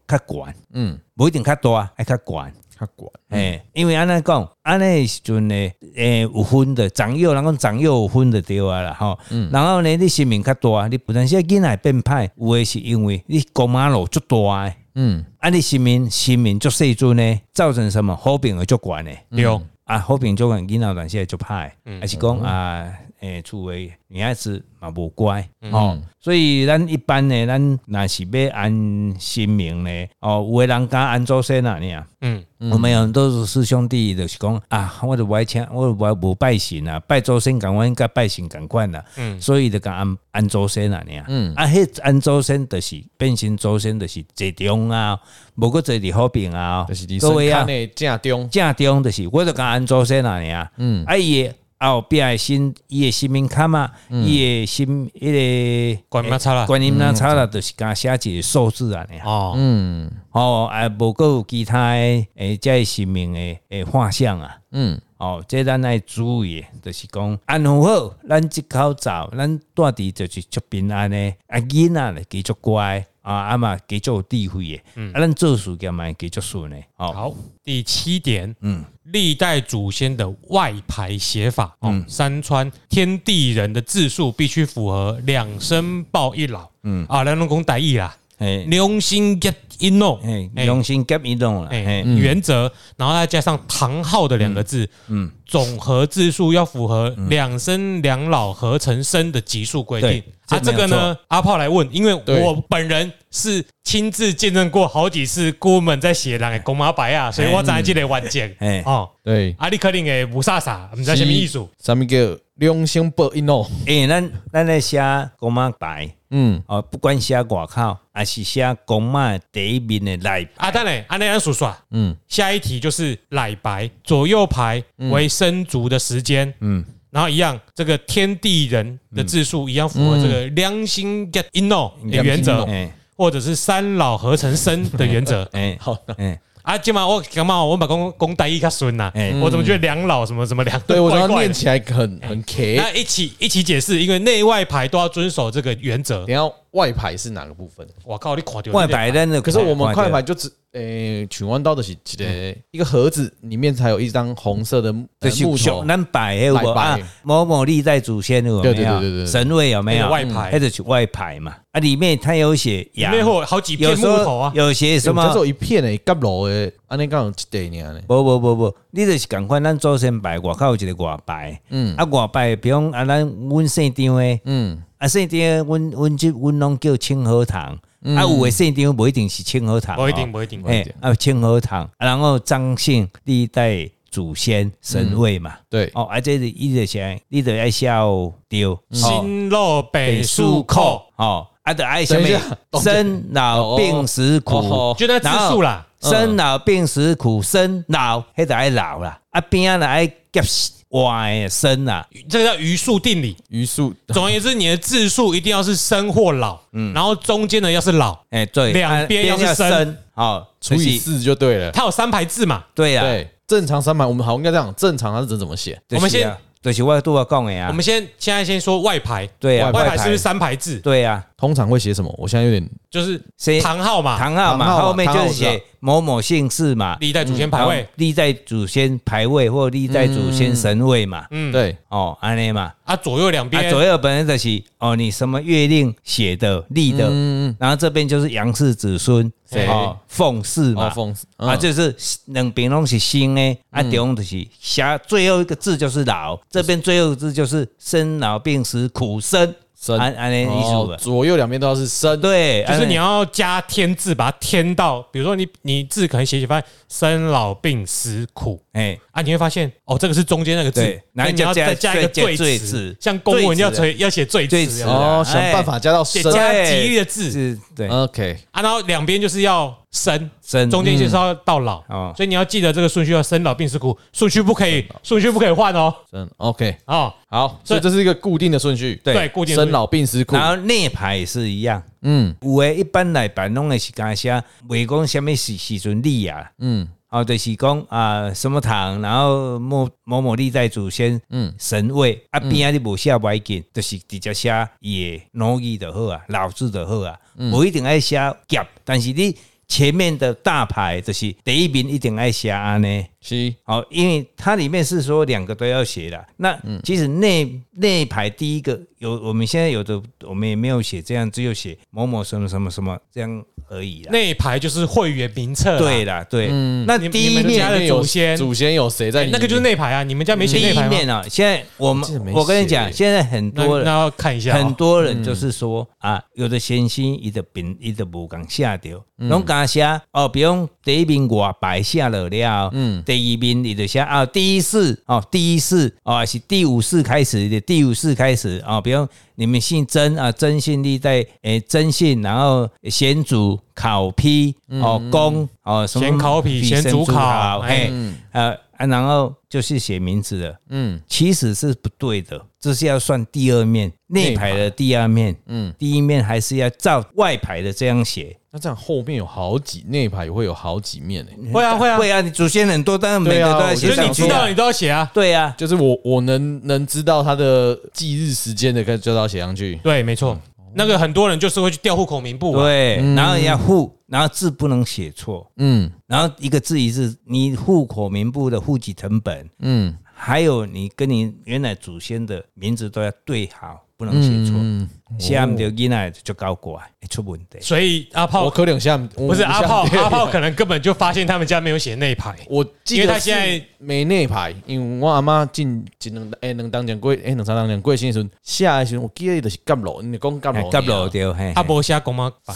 Speaker 3: 大较悬。
Speaker 1: 嗯，
Speaker 3: 无一定较大，爱较悬。
Speaker 1: 他管，
Speaker 3: 诶、因为安尼讲，安尼的时阵呢，诶、有分的，长幼，人讲长幼有分的对啊啦吼。然后呢，你新民较大，你不但是囡仔会变歹，有诶是因为你公马路足大诶。
Speaker 1: 嗯，
Speaker 3: 啊，你新民新民足细阵呢，造成什么好病而足悬呢？
Speaker 2: 六，
Speaker 3: 啊，好病足悬，囡仔有当时会足歹，还是讲啊，诶、厝诶女孩子嘛无乖哦，所以咱一般呢，咱若是要安新民呢，哦，有诶人敢安祖先啊，你啊。
Speaker 2: 嗯，
Speaker 3: 我们有很多师兄弟就是讲啊，我就不爱请，我就不爱无拜神啊，拜祖先共阮甲拜神共款啦，所以就甲安安祖先啊，尔，嗯，啊，迄安祖先就是变成祖先就是坐中啊，无个坐伫好边啊
Speaker 1: 就是你，
Speaker 3: 各位
Speaker 1: 看
Speaker 3: 啊，
Speaker 1: 的正中，
Speaker 3: 正中就是我就甲安祖先啊，尔，嗯，啊伊的后壁的新伊的新民卡嘛，伊的新迄个
Speaker 2: 管不差啦。
Speaker 3: 观音那差啦，就是甲写一个数字啊，尔。
Speaker 2: 哦，
Speaker 1: 嗯
Speaker 3: 哦，啊，无够有其他诶，诶，在神明诶诶画像啊，
Speaker 1: 嗯
Speaker 3: 哦，这咱爱注意的，就是讲安好好，咱即口罩，咱住伫就是足平安诶，啊，囡仔咧继续乖啊，啊嘛继续有智慧诶，
Speaker 1: 嗯
Speaker 3: 啊，咱做事业嘛会继续顺诶，哦，
Speaker 2: 好，第七点，嗯，历代祖先的外牌写法，嗯，山川天地人的字数必须符合两生报一老，嗯啊，咱拢讲台语啦，
Speaker 3: 诶
Speaker 2: 良心结一弄，
Speaker 3: 诶，
Speaker 2: 哎
Speaker 3: 用心夹一弄啦，
Speaker 2: 哎
Speaker 3: 诶，，
Speaker 2: 原则，然后再加上堂号的两个字，嗯，总和字数要符合两生两老合成生的级数规定
Speaker 3: 对。
Speaker 2: 啊，这
Speaker 3: 这没
Speaker 2: 个
Speaker 3: 有
Speaker 2: 呢，阿炮来问，因为
Speaker 1: 对
Speaker 2: 我本人是亲自见证过好几次姑们在写人的公马白啊，所以我才记得完整。
Speaker 3: 哎
Speaker 2: 哦，
Speaker 1: 对，
Speaker 2: 啊，你可能会不傻傻，唔知道什么意思。
Speaker 1: 什么叫两星报一诺，
Speaker 3: 诶，咱咱咧写公妈牌，
Speaker 1: 嗯。
Speaker 3: 哦，不管写外口，还是写公妈第一面诶内
Speaker 2: 啊，当然，安内安叔叔，
Speaker 1: 嗯
Speaker 2: 嗯，下一题就是奶白左右排为生卒的时间，嗯，然后一样，这个天地人的字数一样符合这个良心 get in no 的原则，
Speaker 3: 诶，
Speaker 2: 或者是三老合成生的原则
Speaker 3: 诶，
Speaker 1: 好的
Speaker 3: 诶，
Speaker 2: 啊，今晚我感觉我把公公带一个孙呐
Speaker 3: 哎，
Speaker 2: 我怎么觉得两老什么什么两
Speaker 1: 对我觉得
Speaker 2: 怪
Speaker 1: 它
Speaker 2: 怪
Speaker 1: 念
Speaker 2: 的
Speaker 1: 起哎来很很 K。
Speaker 2: 那一起一起解释，因为内外牌都要遵守这个原则
Speaker 1: 等。一下外排是哪个部分？
Speaker 2: 我靠，你垮掉
Speaker 3: 外白咱的，
Speaker 1: 可是我们快牌就只诶，取弯刀的是几的一个盒子里面才有一张红色的木
Speaker 3: 就
Speaker 1: 呃木
Speaker 3: 嗯是
Speaker 1: 头
Speaker 3: 像，咱摆的有无
Speaker 1: 摆
Speaker 3: 啊
Speaker 1: 摆？
Speaker 3: 某某历代祖先有没
Speaker 1: 对
Speaker 3: 有？
Speaker 1: 对对对对对
Speaker 3: 神位有没
Speaker 2: 那
Speaker 3: 有？嗯
Speaker 2: 个外牌
Speaker 3: 那就是外牌嘛。啊，里面它有写
Speaker 2: 里
Speaker 3: 羊，
Speaker 2: 面会有好几
Speaker 3: 有
Speaker 2: 片木
Speaker 3: 时
Speaker 2: 头
Speaker 3: 候
Speaker 2: 啊，
Speaker 3: 有写什
Speaker 1: 叫
Speaker 3: 么？
Speaker 1: 做一片诶，夹楼诶，安尼讲有一块尔呢？
Speaker 3: 不不不不，你就是赶快咱祖先牌外口有一个外牌，
Speaker 1: 嗯
Speaker 3: 啊外牌，比方啊咱阮姓张诶，
Speaker 1: 嗯，
Speaker 3: 啊姓张的，阮阮即阮拢叫清河堂，
Speaker 1: 嗯
Speaker 3: 啊有诶姓张不一定是清河堂，
Speaker 2: 不一
Speaker 3: 哦
Speaker 2: 定，不一定。
Speaker 3: 哎，啊，有清河堂，啊然后张姓历代祖先神位嘛，
Speaker 1: 对，嗯
Speaker 3: 哦，啊，这是伊就写，你就爱写有对，哦
Speaker 2: 新路北树口，，
Speaker 3: 哦，啊，就爱什
Speaker 1: 等一 下
Speaker 3: 么生老病
Speaker 1: 哦
Speaker 3: 死
Speaker 1: 嗯
Speaker 3: 苦，
Speaker 2: 就那字数啦，
Speaker 3: 生老病死苦，生老迄就爱老啦，啊边啊就爱夹活的生啦，
Speaker 2: 这个叫余数定 理。
Speaker 1: 榆树
Speaker 2: 总而言之，你的字数一定要是生或老，
Speaker 3: 嗯
Speaker 2: 然后中间的要是老，
Speaker 3: 哎对，
Speaker 2: 两
Speaker 3: 啊
Speaker 2: 边要是
Speaker 3: 要
Speaker 2: 生
Speaker 3: 生，哦，
Speaker 1: 除
Speaker 3: 就
Speaker 1: 以
Speaker 3: 是，
Speaker 1: 四就对了。
Speaker 2: 它有三排字嘛。
Speaker 3: 对啊，
Speaker 1: 对，正常三排，我们好应该这样，正常它是怎么写？
Speaker 3: 就是啊
Speaker 2: 我们先，
Speaker 3: 就是我拄我讲的啊，
Speaker 2: 我们先现在先说外排，
Speaker 3: 对啊，
Speaker 2: 外排是不是三排字？
Speaker 3: 对啊，
Speaker 1: 通常会写什么？我现在有点
Speaker 2: 就是
Speaker 3: 谁
Speaker 2: 堂号嘛，
Speaker 3: 唐号嘛，
Speaker 1: 啊唐号
Speaker 3: 后面
Speaker 1: 唐
Speaker 3: 就
Speaker 1: 号
Speaker 3: 是
Speaker 1: 我知
Speaker 3: 写
Speaker 1: 道
Speaker 3: 某某姓氏嘛，
Speaker 2: 历代祖先牌位
Speaker 3: 然后历代祖先牌位或历代祖先神位嘛，
Speaker 1: 对，
Speaker 3: 哦，安尼嘛，
Speaker 2: 啊，左右两
Speaker 3: 啊，
Speaker 2: 边
Speaker 3: 左右本来就是哦，你什么月令写的立
Speaker 2: 嗯
Speaker 3: 的，然后这边就是杨氏子孙，
Speaker 1: 谁
Speaker 3: 哦，凤氏
Speaker 1: 哦，
Speaker 3: 嘛，
Speaker 1: 风死
Speaker 2: 嗯
Speaker 3: 啊，就是两边拢是新的，啊，中就是下最后一个字就是老，这边最后一个字就是生老病死苦生，
Speaker 1: 生
Speaker 3: 安安尼意思
Speaker 1: 哦
Speaker 3: 吧，
Speaker 1: 左右两边都要是生，
Speaker 3: 对，
Speaker 2: 就是你
Speaker 3: 要
Speaker 2: 要加添字，把它添到，比如说你你字可能写写发现生老病死苦
Speaker 3: 哎。
Speaker 2: 啊，你会发现哦，这个是中间那个字
Speaker 3: 对，
Speaker 2: 那你
Speaker 3: 然
Speaker 2: 要
Speaker 3: 后就
Speaker 2: 再
Speaker 3: 加
Speaker 2: 加一个
Speaker 3: 再加
Speaker 2: 缀
Speaker 3: 缀
Speaker 2: 词
Speaker 3: 字，
Speaker 2: 像公文要
Speaker 3: 缀
Speaker 2: 垂要写缀
Speaker 3: 缀
Speaker 2: 词
Speaker 3: 词
Speaker 2: 啊
Speaker 1: 哦，
Speaker 3: 哎
Speaker 1: 想办法加到生
Speaker 2: 写。加
Speaker 3: 对
Speaker 2: 吉利的字
Speaker 3: 是，对，
Speaker 1: OK，
Speaker 2: 啊，然后两边就是要生，
Speaker 3: 生
Speaker 2: 中间就是要到老
Speaker 3: 嗯哦，
Speaker 2: 所以你要记得这个顺序要生老病死苦，顺序不可以顺序不可以换哦
Speaker 1: 生 OK，
Speaker 2: 哦，
Speaker 1: 好，所以这是一个固定的顺序，
Speaker 3: 对
Speaker 2: 对，固定的
Speaker 1: 生老病死苦，
Speaker 3: 然后内牌也是一样，
Speaker 1: 嗯
Speaker 3: 有诶一般来办拢会是讲写，袂讲什么时时阵立啊，
Speaker 1: 嗯
Speaker 3: 哦，就是讲啊、什么堂，然后某某某历代祖先，嗯，神位啊边啊你无写要紧，就是直接写也农语就好啊，老字就好啊，无、一定爱写夹，但是你前面的大牌就是第一名一定爱写安尼。
Speaker 1: 七
Speaker 3: 好，因为它里面是说两个都要写的。那
Speaker 2: 嗯
Speaker 3: 其实内内排第一个有，我们现在有的我们也没有写这样，只有写某某什么什么什么这样而已啦。
Speaker 2: 那一排就是会员名册啦，
Speaker 3: 对啦，对，那
Speaker 2: 嗯你
Speaker 3: 第
Speaker 2: 你
Speaker 3: 一
Speaker 2: 们家
Speaker 3: 面
Speaker 2: 的
Speaker 1: 有
Speaker 2: 祖先
Speaker 1: 祖先有谁在
Speaker 2: 哎，
Speaker 1: 里面？
Speaker 2: 那个就是内排啊，你们家没写
Speaker 3: 第
Speaker 2: 内
Speaker 3: 一
Speaker 2: 排吗？
Speaker 3: 面啊，现在我
Speaker 1: 我记得没
Speaker 3: 们我跟你讲，
Speaker 1: 写
Speaker 3: 现在很
Speaker 2: 那
Speaker 3: 多
Speaker 2: 那
Speaker 3: 人
Speaker 2: 要看一下哦
Speaker 3: 很多人就是说啊，有的先生伊的病伊的无敢写掉，
Speaker 2: 嗯
Speaker 3: 拢敢写哦，比如第一面外白写了了，嗯，第二面伊就写啊，第一世哦，第一世哦，还是第五世开始的，第五世开始哦，比如你们姓曾啊，曾姓历代诶，曾姓，然后贤祖考批哦，公哦，什
Speaker 2: 嗯
Speaker 3: 么
Speaker 2: 贤考批贤祖考
Speaker 3: 哎呃啊，然后就是写名字的，
Speaker 1: 嗯
Speaker 3: 其实是不对的，这是要算第二面内排的第二面，嗯，第一面还是要照外排的这样写。
Speaker 1: 那这样后面有好几内排也会有好几面欸诶，
Speaker 2: 会啊会啊，
Speaker 3: 会啊，你祖先很多，当然每
Speaker 1: 对
Speaker 3: 个
Speaker 1: 啊
Speaker 3: 都要
Speaker 1: 我觉得
Speaker 2: 就
Speaker 3: 写
Speaker 2: 是
Speaker 3: 上
Speaker 2: 你
Speaker 3: 去
Speaker 2: 知道你
Speaker 3: 啊。
Speaker 2: 都要写啊。
Speaker 3: 对啊，
Speaker 1: 就是我我能能知道他的忌日时间的，就到写上去。
Speaker 2: 对，没错，那个很多人就是会去调户口名簿啊，
Speaker 3: 对，然后要户，然后字不能写错，
Speaker 1: 嗯
Speaker 3: 然后一个字一字，你户口名簿的户籍成本，
Speaker 1: 嗯
Speaker 3: 还有你跟你原来祖先的名字都要对好，不能写错。
Speaker 1: 嗯，
Speaker 3: 写唔对囡仔就搞怪，会出问题。
Speaker 2: 所以阿
Speaker 1: 我
Speaker 2: 炮
Speaker 1: 可能下
Speaker 2: 不
Speaker 1: 不
Speaker 2: 是 阿炮，阿炮可能根本就发现他们家没有写内排，
Speaker 1: 我记得
Speaker 2: 因为他现在
Speaker 1: 是没内排，因为我阿妈进一两哎两当前过哎两三当前过身的时阵，下的时阵我记得就是夹落，你讲夹
Speaker 2: 哎
Speaker 1: 落
Speaker 3: 夹落对，嘿，
Speaker 2: 阿伯虾公妈白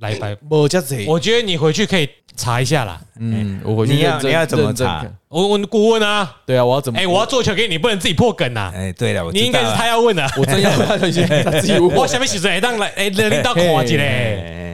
Speaker 2: 来白，
Speaker 1: 无遮济。
Speaker 2: 我觉得你回去可以查一下啦。
Speaker 1: 嗯，我回去
Speaker 3: 你要
Speaker 1: 认真
Speaker 3: 你要怎么
Speaker 1: 认真
Speaker 3: 查
Speaker 1: 看
Speaker 2: 我我顾问啊，
Speaker 1: 对啊，我要怎么？
Speaker 2: 哎，我要做球给你，不能自己破梗呐，
Speaker 3: 哎，对了，我
Speaker 2: 你应该是他
Speaker 3: 太
Speaker 2: 要问的。
Speaker 1: 我真要他一些自己问
Speaker 2: 哎我
Speaker 1: 我，
Speaker 2: 下面写着，让来哎，领导看一嘞。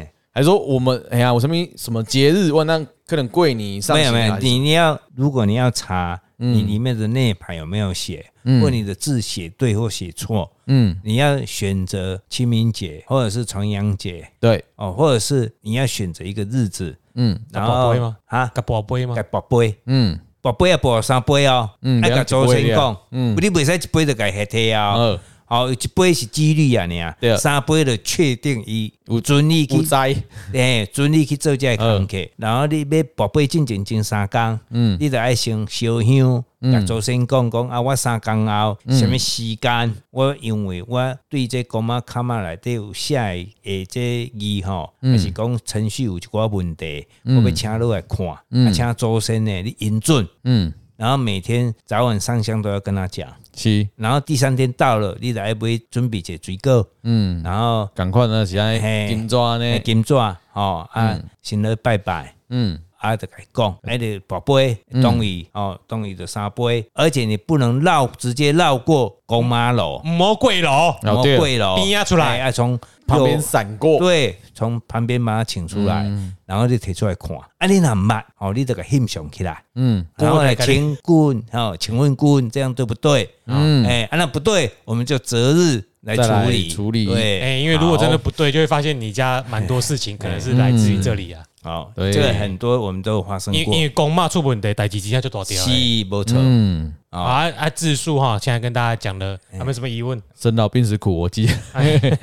Speaker 3: 哎，
Speaker 1: 还说我们哎呀，我什么什么节日，万那可能跪你上
Speaker 3: 没
Speaker 1: 行
Speaker 3: 有
Speaker 1: 啊
Speaker 3: 没有，
Speaker 1: 还是嗯
Speaker 3: 你你要如果你要查你里面的内牌有没有写，或你的字写对或写错，
Speaker 1: 嗯，
Speaker 3: 你要选择清明节或者是重阳节
Speaker 1: 对，
Speaker 3: 哦，或者是你要选择一个日子，
Speaker 1: 嗯
Speaker 3: 然
Speaker 2: 甲跋
Speaker 3: 后
Speaker 2: 杯吗
Speaker 3: 啊，
Speaker 2: 甲跋杯吗
Speaker 3: 该？跋杯，
Speaker 1: 嗯，
Speaker 3: 跋杯啊，跋三杯哦，
Speaker 1: 嗯
Speaker 3: 爱
Speaker 1: 了
Speaker 3: 甲
Speaker 1: 解
Speaker 3: 周
Speaker 1: 杯
Speaker 3: 先
Speaker 1: 啊
Speaker 3: 讲，
Speaker 1: 嗯
Speaker 3: 你袂使一杯就该下体啊，
Speaker 1: 呃，
Speaker 3: 哦，一杯是几率啊，你啊
Speaker 1: 对，
Speaker 3: 三杯就确定伊
Speaker 1: 有
Speaker 3: 准你去
Speaker 1: 不灾，
Speaker 3: 诶，准你去做这个工课，然后你要宝贝进前前三工，
Speaker 1: 嗯
Speaker 3: 你就爱先烧香，甲祖先讲讲啊，我三工后
Speaker 1: 嗯
Speaker 3: 什么时间？我因为我对这公妈卡妈内底有写诶这字吼，
Speaker 1: 嗯
Speaker 3: 还是讲程序有一寡问题，我要请你来看，啊，请祖先呢，你引准，
Speaker 1: 嗯，
Speaker 3: 然后每天早晚上香都要跟他讲，
Speaker 1: 是，
Speaker 3: 然后第三天到了，你就爱买准备一个水果，
Speaker 1: 嗯，
Speaker 3: 然后
Speaker 1: 赶快呢，起来
Speaker 3: 嘿
Speaker 1: 金抓
Speaker 3: 诶
Speaker 1: 呢，
Speaker 3: 金纸吼啊，先来拜拜。
Speaker 1: 嗯
Speaker 3: 啊，就该讲，哎，你宝贝，同意、哦，同意就三杯，而且你不能绕，直接绕过公妈楼、
Speaker 2: 魔鬼楼，
Speaker 1: 哦
Speaker 3: 魔
Speaker 1: 对
Speaker 3: 鬼楼
Speaker 2: 边啊出来
Speaker 3: 哎啊，从
Speaker 1: 旁
Speaker 3: 右
Speaker 1: 边哦嗯闪过，
Speaker 3: 对，从旁边把它请出来，然后你摕出来看，啊，你若毋捌，哦，你就给欣赏起来，
Speaker 1: 嗯
Speaker 3: 然后来
Speaker 2: 多来给
Speaker 3: 请滚，哦，请问滚，这样对不对？嗯，哎，啊，那不对，我们就择日来
Speaker 1: 再来
Speaker 3: 处理
Speaker 1: 处理
Speaker 3: 对，
Speaker 2: 哎，因为如果真的不对，就会发现你家蛮多事情可能是来自于这里啊。
Speaker 3: 好，
Speaker 1: 对
Speaker 3: 哦这个很多我们都有发生
Speaker 2: 因为
Speaker 3: 过
Speaker 2: 因，为公骂出问题，代志直接就大掉
Speaker 3: 是
Speaker 2: 了。
Speaker 3: 没错，
Speaker 1: 嗯，
Speaker 2: 啊啊，字数哈，现在跟大家讲了，还没什么疑问？
Speaker 1: 生老病死苦我记，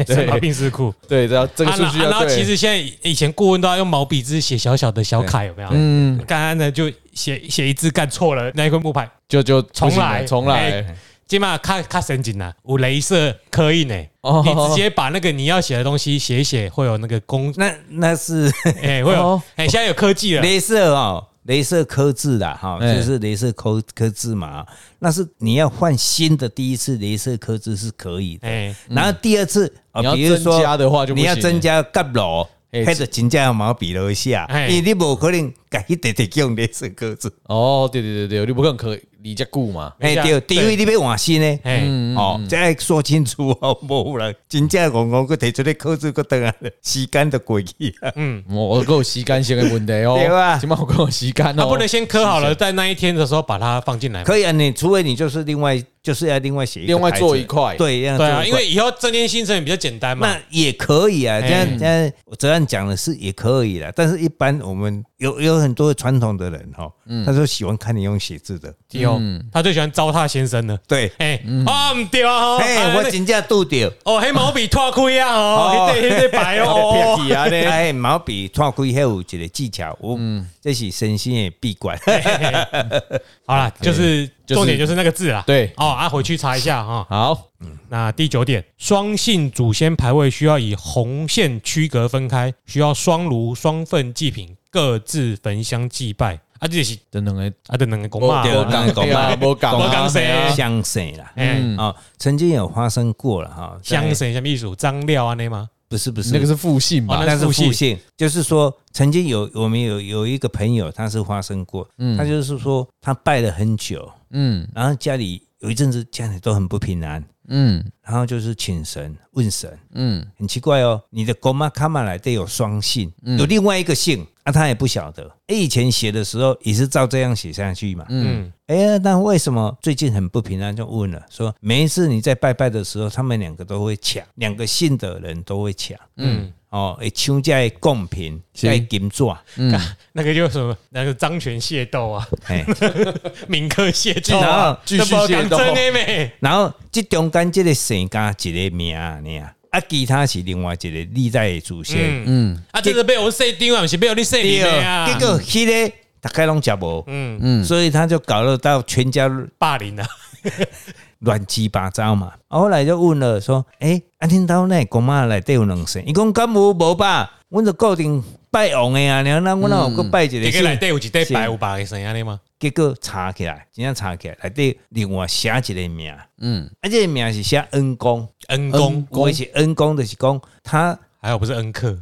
Speaker 2: 生老病死库。
Speaker 1: 对，这要这个
Speaker 2: 啊
Speaker 1: 数
Speaker 2: 然
Speaker 1: 据
Speaker 2: 啊然
Speaker 1: 要
Speaker 2: 后其
Speaker 1: 对，
Speaker 2: 实现在以前顾问都要用毛笔字写小小的小楷，有没有？
Speaker 1: 嗯，
Speaker 2: 刚刚呢就写写一字干错了，那一块木牌。
Speaker 1: 就就
Speaker 2: 重来
Speaker 1: 重来
Speaker 2: 哎，今嘛卡卡神经啦，有镭射刻印呢，
Speaker 1: 哦
Speaker 2: 你直接把那个你要写的东西写一写，会有那个工，
Speaker 3: 那那是。
Speaker 2: 哎，会有
Speaker 1: 哦，
Speaker 2: 哎，现在有科技了，
Speaker 3: 镭射哦，镭射刻字啦，哈，
Speaker 1: 哎
Speaker 3: 就是镭射刻刻字嘛。那是你要换新的，第一次镭射刻字是可以的，
Speaker 2: 哎，
Speaker 3: 然后第二次啊，
Speaker 1: 你要
Speaker 3: 呃比如说
Speaker 1: 增加的话就不
Speaker 3: 你
Speaker 1: 行
Speaker 3: 要增加夹楼，
Speaker 1: 哎
Speaker 3: 或者增加毛笔落下，
Speaker 2: 哎
Speaker 3: 因为你不可能改一直直用镭射刻字。
Speaker 1: 哦，对对对对，你不可能可以理解顾嘛，
Speaker 2: 等一
Speaker 3: 哎，
Speaker 2: 下
Speaker 3: 对，
Speaker 2: 对
Speaker 3: 第一你要换新呢。
Speaker 2: 哎，
Speaker 3: 哦，这要说清楚哦，无啦，真正戆戆佮提出来刻字佮等啊，时间都过去啊。
Speaker 2: 嗯
Speaker 1: 我我够吸干先的问题哦，
Speaker 3: 对啊
Speaker 1: 起码我够吸干
Speaker 2: 他
Speaker 1: 哦，
Speaker 2: 啊不能先刻好了，在那一天的时候把它放进来嘛。
Speaker 3: 可以啊，你除非你就是另外就是要另外写，
Speaker 1: 另外做一，块，
Speaker 3: 对，要
Speaker 2: 对
Speaker 3: 做
Speaker 2: 啊，
Speaker 3: 一
Speaker 2: 因
Speaker 3: 块
Speaker 2: 为以后增添新成员比较简单嘛
Speaker 3: 那。也可以啊，
Speaker 2: 哎
Speaker 3: 这样这样，我这样讲的是也可以啦。但是一般我们有有很多传统的人哈，
Speaker 2: 嗯
Speaker 3: 他说喜欢看你用 写字的，
Speaker 2: 有，他最喜欢糟蹋先生了。
Speaker 3: 对，
Speaker 2: 哎，啊，唔对啊，吼
Speaker 3: 哎、
Speaker 2: 啊
Speaker 3: 我
Speaker 2: 那
Speaker 3: 真正拄着，
Speaker 2: 哦，黑毛笔拖开啊，哦，
Speaker 3: 哦
Speaker 2: 黑黑黑白 哦，
Speaker 1: 屁啊嘞，
Speaker 3: 哎，毛笔创开还有一个技巧，我
Speaker 2: 嗯
Speaker 3: 这是身心的闭关，
Speaker 2: 好啦，就是
Speaker 1: 就是
Speaker 2: 重点就是那个字啦。
Speaker 1: 对
Speaker 2: 哦，啊，回去查一下哈。
Speaker 1: 好，
Speaker 2: 那第九点，双姓祖先牌位需要以红线区隔分开，需要双炉双份祭品各自焚香祭拜。啊，这是
Speaker 1: 等等诶，
Speaker 2: 啊，这两个公嘛
Speaker 3: 对，讲
Speaker 1: 对啊，无讲
Speaker 2: 无讲谁 啊
Speaker 3: 相生啦。
Speaker 2: 哎，
Speaker 1: 嗯
Speaker 3: 哦，曾经有发生过了哈，在
Speaker 2: 香神什么意思？张料啊，那吗？
Speaker 3: 不是不是啊
Speaker 1: 那个是复姓吧
Speaker 2: 哦？
Speaker 3: 那是
Speaker 2: 复
Speaker 3: 复
Speaker 2: 姓
Speaker 3: 姓，就是说曾经有我们有有一个朋友，他是发生过，他就是说他拜了很久，
Speaker 1: 嗯
Speaker 3: 然后家里有一阵子家里都很不平安，
Speaker 1: 嗯
Speaker 3: 然后就是请神问神，
Speaker 1: 嗯
Speaker 3: 很奇怪哦，你的公妈卡玛来得有双姓，
Speaker 1: 嗯
Speaker 3: 有另外一个姓啊，他也不晓得。哎，以前写的时候也是照这样写下去嘛。
Speaker 2: 嗯，
Speaker 3: 哎呀，那为什么最近很不平安？就问了，说每一次你在拜拜的时候，他们两个都会抢，两个姓的人都会抢。嗯，哦，会抢在贡品，
Speaker 1: 是
Speaker 3: 在金纸，
Speaker 1: 嗯，
Speaker 2: 那个叫什么？那个张权械斗啊，
Speaker 3: 哎，
Speaker 2: 民科械斗啊
Speaker 3: 然后，
Speaker 1: 继续械斗
Speaker 2: 那不讲真的咩？
Speaker 3: 然后这中间这个姓加一个名而已啊，啊，其他是另外一个历代的祖先。
Speaker 2: 嗯嗯，啊，这是被我说丢啊，不是被我你说你的啊，
Speaker 3: 结果迄个大概拢食无，
Speaker 2: 嗯，
Speaker 1: 嗯
Speaker 3: 所以他就搞得到全家
Speaker 2: 霸凌啊，
Speaker 3: 乱七八糟嘛。啊后来就问了说，诶、啊，恁兜那公妈内底有两姓，伊讲敢有无吧？阮就固定拜王的啊，然后
Speaker 2: 嗯
Speaker 3: 咱阮有个拜一
Speaker 2: 这
Speaker 3: 个
Speaker 2: 个内
Speaker 3: 姓，
Speaker 2: 底有一对白有白的生安尼吗？
Speaker 3: 结果查起来，真正查起来内底另外写一个名，啊，
Speaker 1: 嗯，
Speaker 3: 这个名是写恩公，
Speaker 2: 恩公
Speaker 3: 我是恩公，就是讲他
Speaker 2: 还好不是恩 客，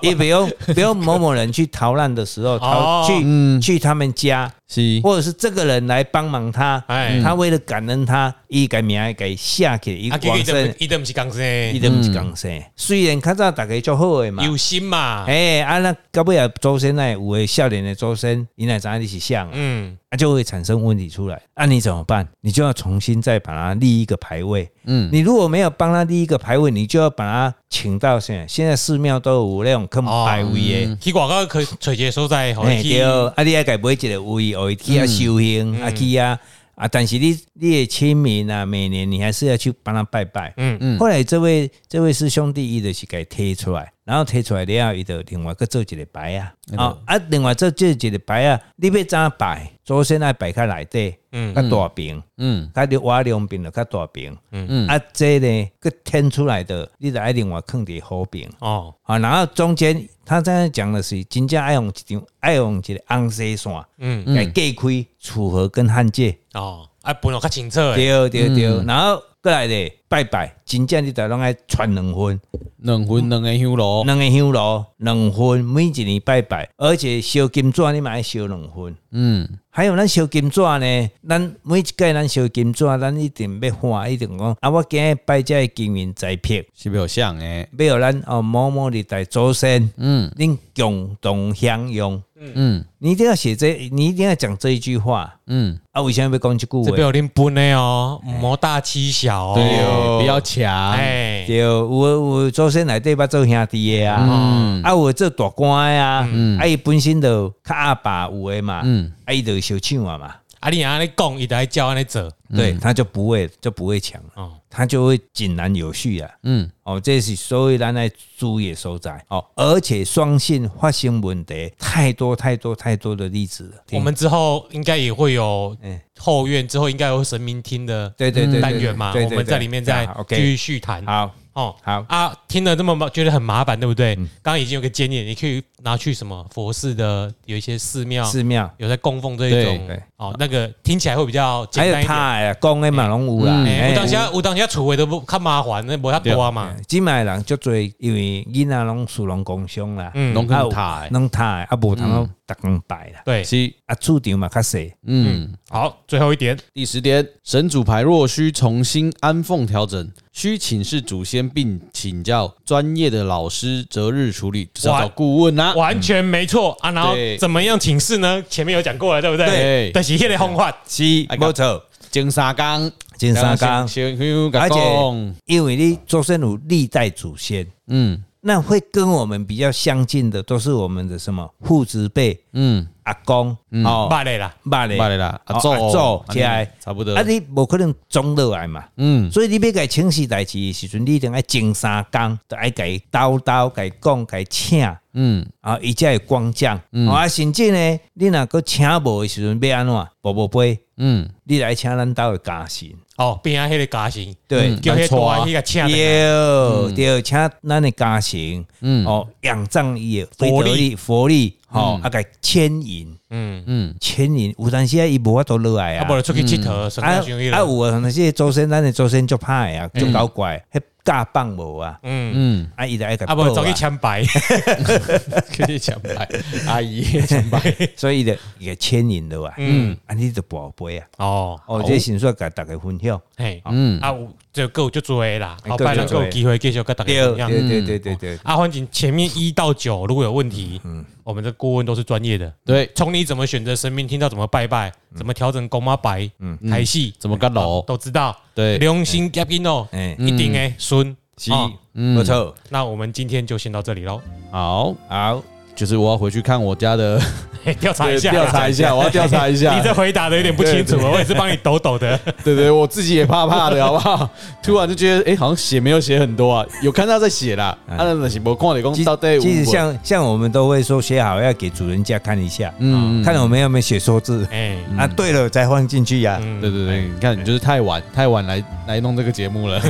Speaker 3: 也 不用不用某某人去逃难的时候，
Speaker 2: 哦
Speaker 3: 逃去去他们家，
Speaker 1: 是，
Speaker 3: 或者是这个人来帮忙他，
Speaker 2: 哎
Speaker 3: 他为了感恩他，伊改名改下去，伊
Speaker 2: 啊，结果
Speaker 3: 往
Speaker 2: 伊都
Speaker 3: 生，
Speaker 2: 伊都毋是讲
Speaker 3: 伊
Speaker 2: 生，
Speaker 3: 都毋是讲生。虽然较早大家足好诶嘛，
Speaker 2: 嗯
Speaker 3: 哎
Speaker 2: 有心嘛，
Speaker 3: 哎，啊那到尾啊，祖先呢有诶少年诶祖先，伊来知影你是啥，
Speaker 2: 嗯，
Speaker 3: 啊，就会产生问题出来。那、你怎么办？你就要重新再把它立一个牌位。嗯，你如果没有帮他立一个牌位，你就要把他请到现在。现在寺庙都有那种坑
Speaker 2: 哦
Speaker 3: 牌位的。
Speaker 2: 去广告可找一个所在，好
Speaker 3: 哎，
Speaker 2: 去
Speaker 3: 对，啊，你爱家买一个位，哦，去啊修行，啊去啊啊，但是你你的清明啊，每年你还是要去帮他拜拜。
Speaker 2: 嗯
Speaker 3: 嗯。后来这位这位师兄弟，伊就是给推出来，然后推出来了后，伊就另外个做一个牌啊，啊啊，另外做做一个牌啊，你要怎拜？祖先爱拜较内底，嗯，较大饼，
Speaker 1: 嗯，
Speaker 3: 较你瓦两边就较大饼，嗯嗯，啊，这呢，佮添出来的，你就爱另外放伫好饼。
Speaker 2: 哦，
Speaker 3: 啊，然后中间他刚才讲的是真正爱用一张爱用一个红色线，
Speaker 2: 嗯
Speaker 3: 嗯，来隔开楚河跟汉界，
Speaker 2: 哦，啊，本来较清楚的，
Speaker 3: 对对对，然后过来咧拜拜，真正你得拢爱传两分，
Speaker 1: 两分两个香炉，
Speaker 3: 两个香炉，两分，每一年拜拜，而且烧金纸你嘛爱烧两分。
Speaker 1: 嗯，
Speaker 3: 还有咱烧金纸呢，咱每一届咱烧金纸，咱一定要换，一定讲啊！我今日拜这个金银财帛，
Speaker 1: 是不是有像诶？
Speaker 3: 要互咱哦某某的大祖先，
Speaker 1: 嗯
Speaker 3: 恁共同享用。
Speaker 1: 嗯
Speaker 3: 你一定要写这，你一定要讲这一句话
Speaker 1: 嗯，
Speaker 3: 啊！为什么要讲这句
Speaker 2: 这
Speaker 3: 话？
Speaker 2: 边有恁分的哦，莫大欺小
Speaker 1: 对
Speaker 2: 哦，
Speaker 1: 哦，比较强，
Speaker 2: 哎，
Speaker 3: 对，有有祖先内底捌做兄弟的啊，
Speaker 1: 嗯
Speaker 3: 啊有做大官的啊，
Speaker 2: 嗯
Speaker 3: 啊伊本身就较阿爸有的嘛，
Speaker 1: 嗯
Speaker 3: 啊伊就小抢啊嘛，
Speaker 2: 啊，你安尼讲，伊就爱照安尼做，
Speaker 3: 对，他就不会就不会强，
Speaker 2: 哦，
Speaker 3: 他就会井然有序啊。
Speaker 1: 嗯
Speaker 3: 哦，这是所以咱来注意的所在哦，而且双性发生问题太多太多太多的例子了。
Speaker 2: 我们之后应该也会有
Speaker 3: 哎
Speaker 2: 后院，之后应该有神明厅的
Speaker 3: 对对对对
Speaker 2: 嗯单元嘛，
Speaker 3: 对对
Speaker 2: 我
Speaker 3: 对
Speaker 2: 们在里面再
Speaker 3: 好
Speaker 2: 继
Speaker 3: ，OK，
Speaker 2: 续谈。
Speaker 3: 好，
Speaker 2: 哦，
Speaker 3: 好
Speaker 2: 啊，听了这么麻觉得很麻烦，对不对？刚刚已经有个建议，你可以拿去什么佛寺的有一些寺庙，
Speaker 3: 寺庙，
Speaker 2: 有在供奉这一
Speaker 3: 对对
Speaker 2: 种，哦，那个听起来会比较
Speaker 3: 还
Speaker 2: 简
Speaker 3: 有
Speaker 2: 单一点。
Speaker 3: 他呀，讲的嘛拢有啦，
Speaker 2: 哎，
Speaker 3: 哎
Speaker 2: 有当时有当时厝位都不较麻烦，那无遐多啊嘛。
Speaker 3: 即卖人足多，因为囡仔拢属拢工商啦，
Speaker 2: 嗯，
Speaker 1: 拢
Speaker 3: 啊
Speaker 1: 跟
Speaker 3: 有
Speaker 1: 塔诶，
Speaker 3: 拢他的啊无通拢逐工拜啦，
Speaker 2: 对，
Speaker 1: 是，
Speaker 3: 啊厝场嘛较细，
Speaker 1: 嗯。
Speaker 2: 好，最后一点，
Speaker 1: 第十点，神主牌若需重新安奉调整，需请示祖先并请教专业的老师择日处理，就是要找顾问啦、
Speaker 2: 完全没错啊。然后
Speaker 1: 对
Speaker 2: 怎么样请示呢？前面有讲过了，对不对？
Speaker 1: 对
Speaker 2: 但是迄个方法，
Speaker 3: 是
Speaker 1: 哎
Speaker 3: 无错，
Speaker 1: 金沙岗，
Speaker 3: 真三讲，
Speaker 1: 先先
Speaker 3: 而且
Speaker 1: 讲，
Speaker 3: 因为你祖先有历代祖先，
Speaker 1: 嗯
Speaker 3: 那会跟我们比较相近的都是我们的什么父子辈、
Speaker 1: 嗯，
Speaker 3: 阿公哦，
Speaker 2: 捌的啦，
Speaker 3: 爸
Speaker 1: 罢
Speaker 3: 咧，
Speaker 1: 了啦，
Speaker 3: 哦
Speaker 1: 阿祖
Speaker 3: 阿祖
Speaker 1: 安尼
Speaker 3: 起来
Speaker 1: 差不多，
Speaker 3: 啊你无可能总落来嘛。
Speaker 1: 嗯
Speaker 3: 所以你要改清洗代志的时阵，你一定要经三工，就爱改叨叨、改讲、改请，
Speaker 1: 嗯
Speaker 3: 啊，伊才会光降。啊，甚至呢，你若个请无的时阵要安怎？无无杯，
Speaker 1: 嗯，
Speaker 3: 你来请咱兜的家神。
Speaker 2: 哦，边啊迄个家型，
Speaker 1: 嗯
Speaker 3: 对，
Speaker 2: 叫迄大迄个请的，
Speaker 3: 对对，请咱的家神，
Speaker 1: 嗯
Speaker 3: 哦，仰仗伊的
Speaker 2: 佛
Speaker 3: 佛
Speaker 2: 力
Speaker 3: 力，佛力，吼，啊，甲牵引，
Speaker 2: 嗯，
Speaker 3: 牵引，有当时啊，伊无法度落来
Speaker 2: 啊，无
Speaker 3: 啊。
Speaker 2: 就出去佚佗，上
Speaker 3: 啊
Speaker 2: 下
Speaker 3: 啊，
Speaker 2: 上去了，
Speaker 3: 有啊，那些祖先，咱的祖先足歹啊，足搞怪，迄架棒无啊，
Speaker 2: 嗯，
Speaker 1: 嗯，
Speaker 3: 啊，伊就爱甲
Speaker 2: 啊，
Speaker 3: 报
Speaker 2: 无走去
Speaker 3: 啊，
Speaker 2: 签牌，
Speaker 1: 可以讲白，阿姨讲白，
Speaker 3: 所以就也牵引落来，
Speaker 2: 嗯
Speaker 3: 嗯，啊，你就宝贝啊，
Speaker 2: 哦，
Speaker 3: 哦，这先说甲大家分享。
Speaker 2: 嘿，
Speaker 1: 嗯
Speaker 2: 啊，有就够就做的啦，
Speaker 3: 哎
Speaker 2: 后摆咱
Speaker 3: 够
Speaker 2: 够
Speaker 3: 有
Speaker 2: 有机会继续跟大家
Speaker 3: 对
Speaker 2: 一样。
Speaker 3: 对对对对对，
Speaker 2: 啊，反正前面一到九如果有问题，
Speaker 1: 嗯
Speaker 2: 我们的顾问都是专业的，
Speaker 1: 对，
Speaker 2: 从你怎么选择神明，听到怎么拜拜，
Speaker 1: 嗯
Speaker 2: 怎么调整公妈白，嗯，台戏
Speaker 1: 怎么干楼？
Speaker 2: 都知道，
Speaker 1: 对嗯
Speaker 2: 良心 gap in 哦，
Speaker 3: 哎，
Speaker 2: 一定诶，孙
Speaker 3: 是，
Speaker 2: 哦
Speaker 3: 没错，
Speaker 2: 那我们今天就先到这里喽，
Speaker 1: 好，
Speaker 3: 好，
Speaker 1: 就是我要回去看我家 的，
Speaker 2: 嘿 调查一下，
Speaker 1: 调查一 下，我要调查一下，
Speaker 2: 你这回答的有点不清楚，我也是帮你抖 抖的。
Speaker 1: 对对，我自己也怕怕的，好不 好？突然就觉得，哎，好像写没有写很多啊，有看到在写啦，啊，那是我看你讲
Speaker 3: 其
Speaker 1: 到底有
Speaker 3: 其实
Speaker 1: 无，
Speaker 3: 像像我们都会说写好要给主人家看一下，
Speaker 1: 嗯，
Speaker 3: 看我们有没有写错字
Speaker 2: 哎，
Speaker 3: 啊，对了再放进去啊呀。
Speaker 2: 嗯
Speaker 1: 对对对，你看你就是太
Speaker 3: 哎
Speaker 1: 晚太晚来来弄这个节目了。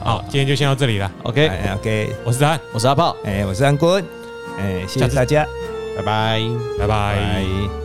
Speaker 2: 好，今天就先到这里了，
Speaker 1: OK，
Speaker 3: 哎，OK，
Speaker 2: 我是安，
Speaker 1: 我是阿炮，
Speaker 3: 哎，我是安坤，哎，谢
Speaker 2: 下
Speaker 3: 谢
Speaker 2: 次
Speaker 3: 大家，
Speaker 1: 拜拜。
Speaker 2: 拜拜
Speaker 3: 拜。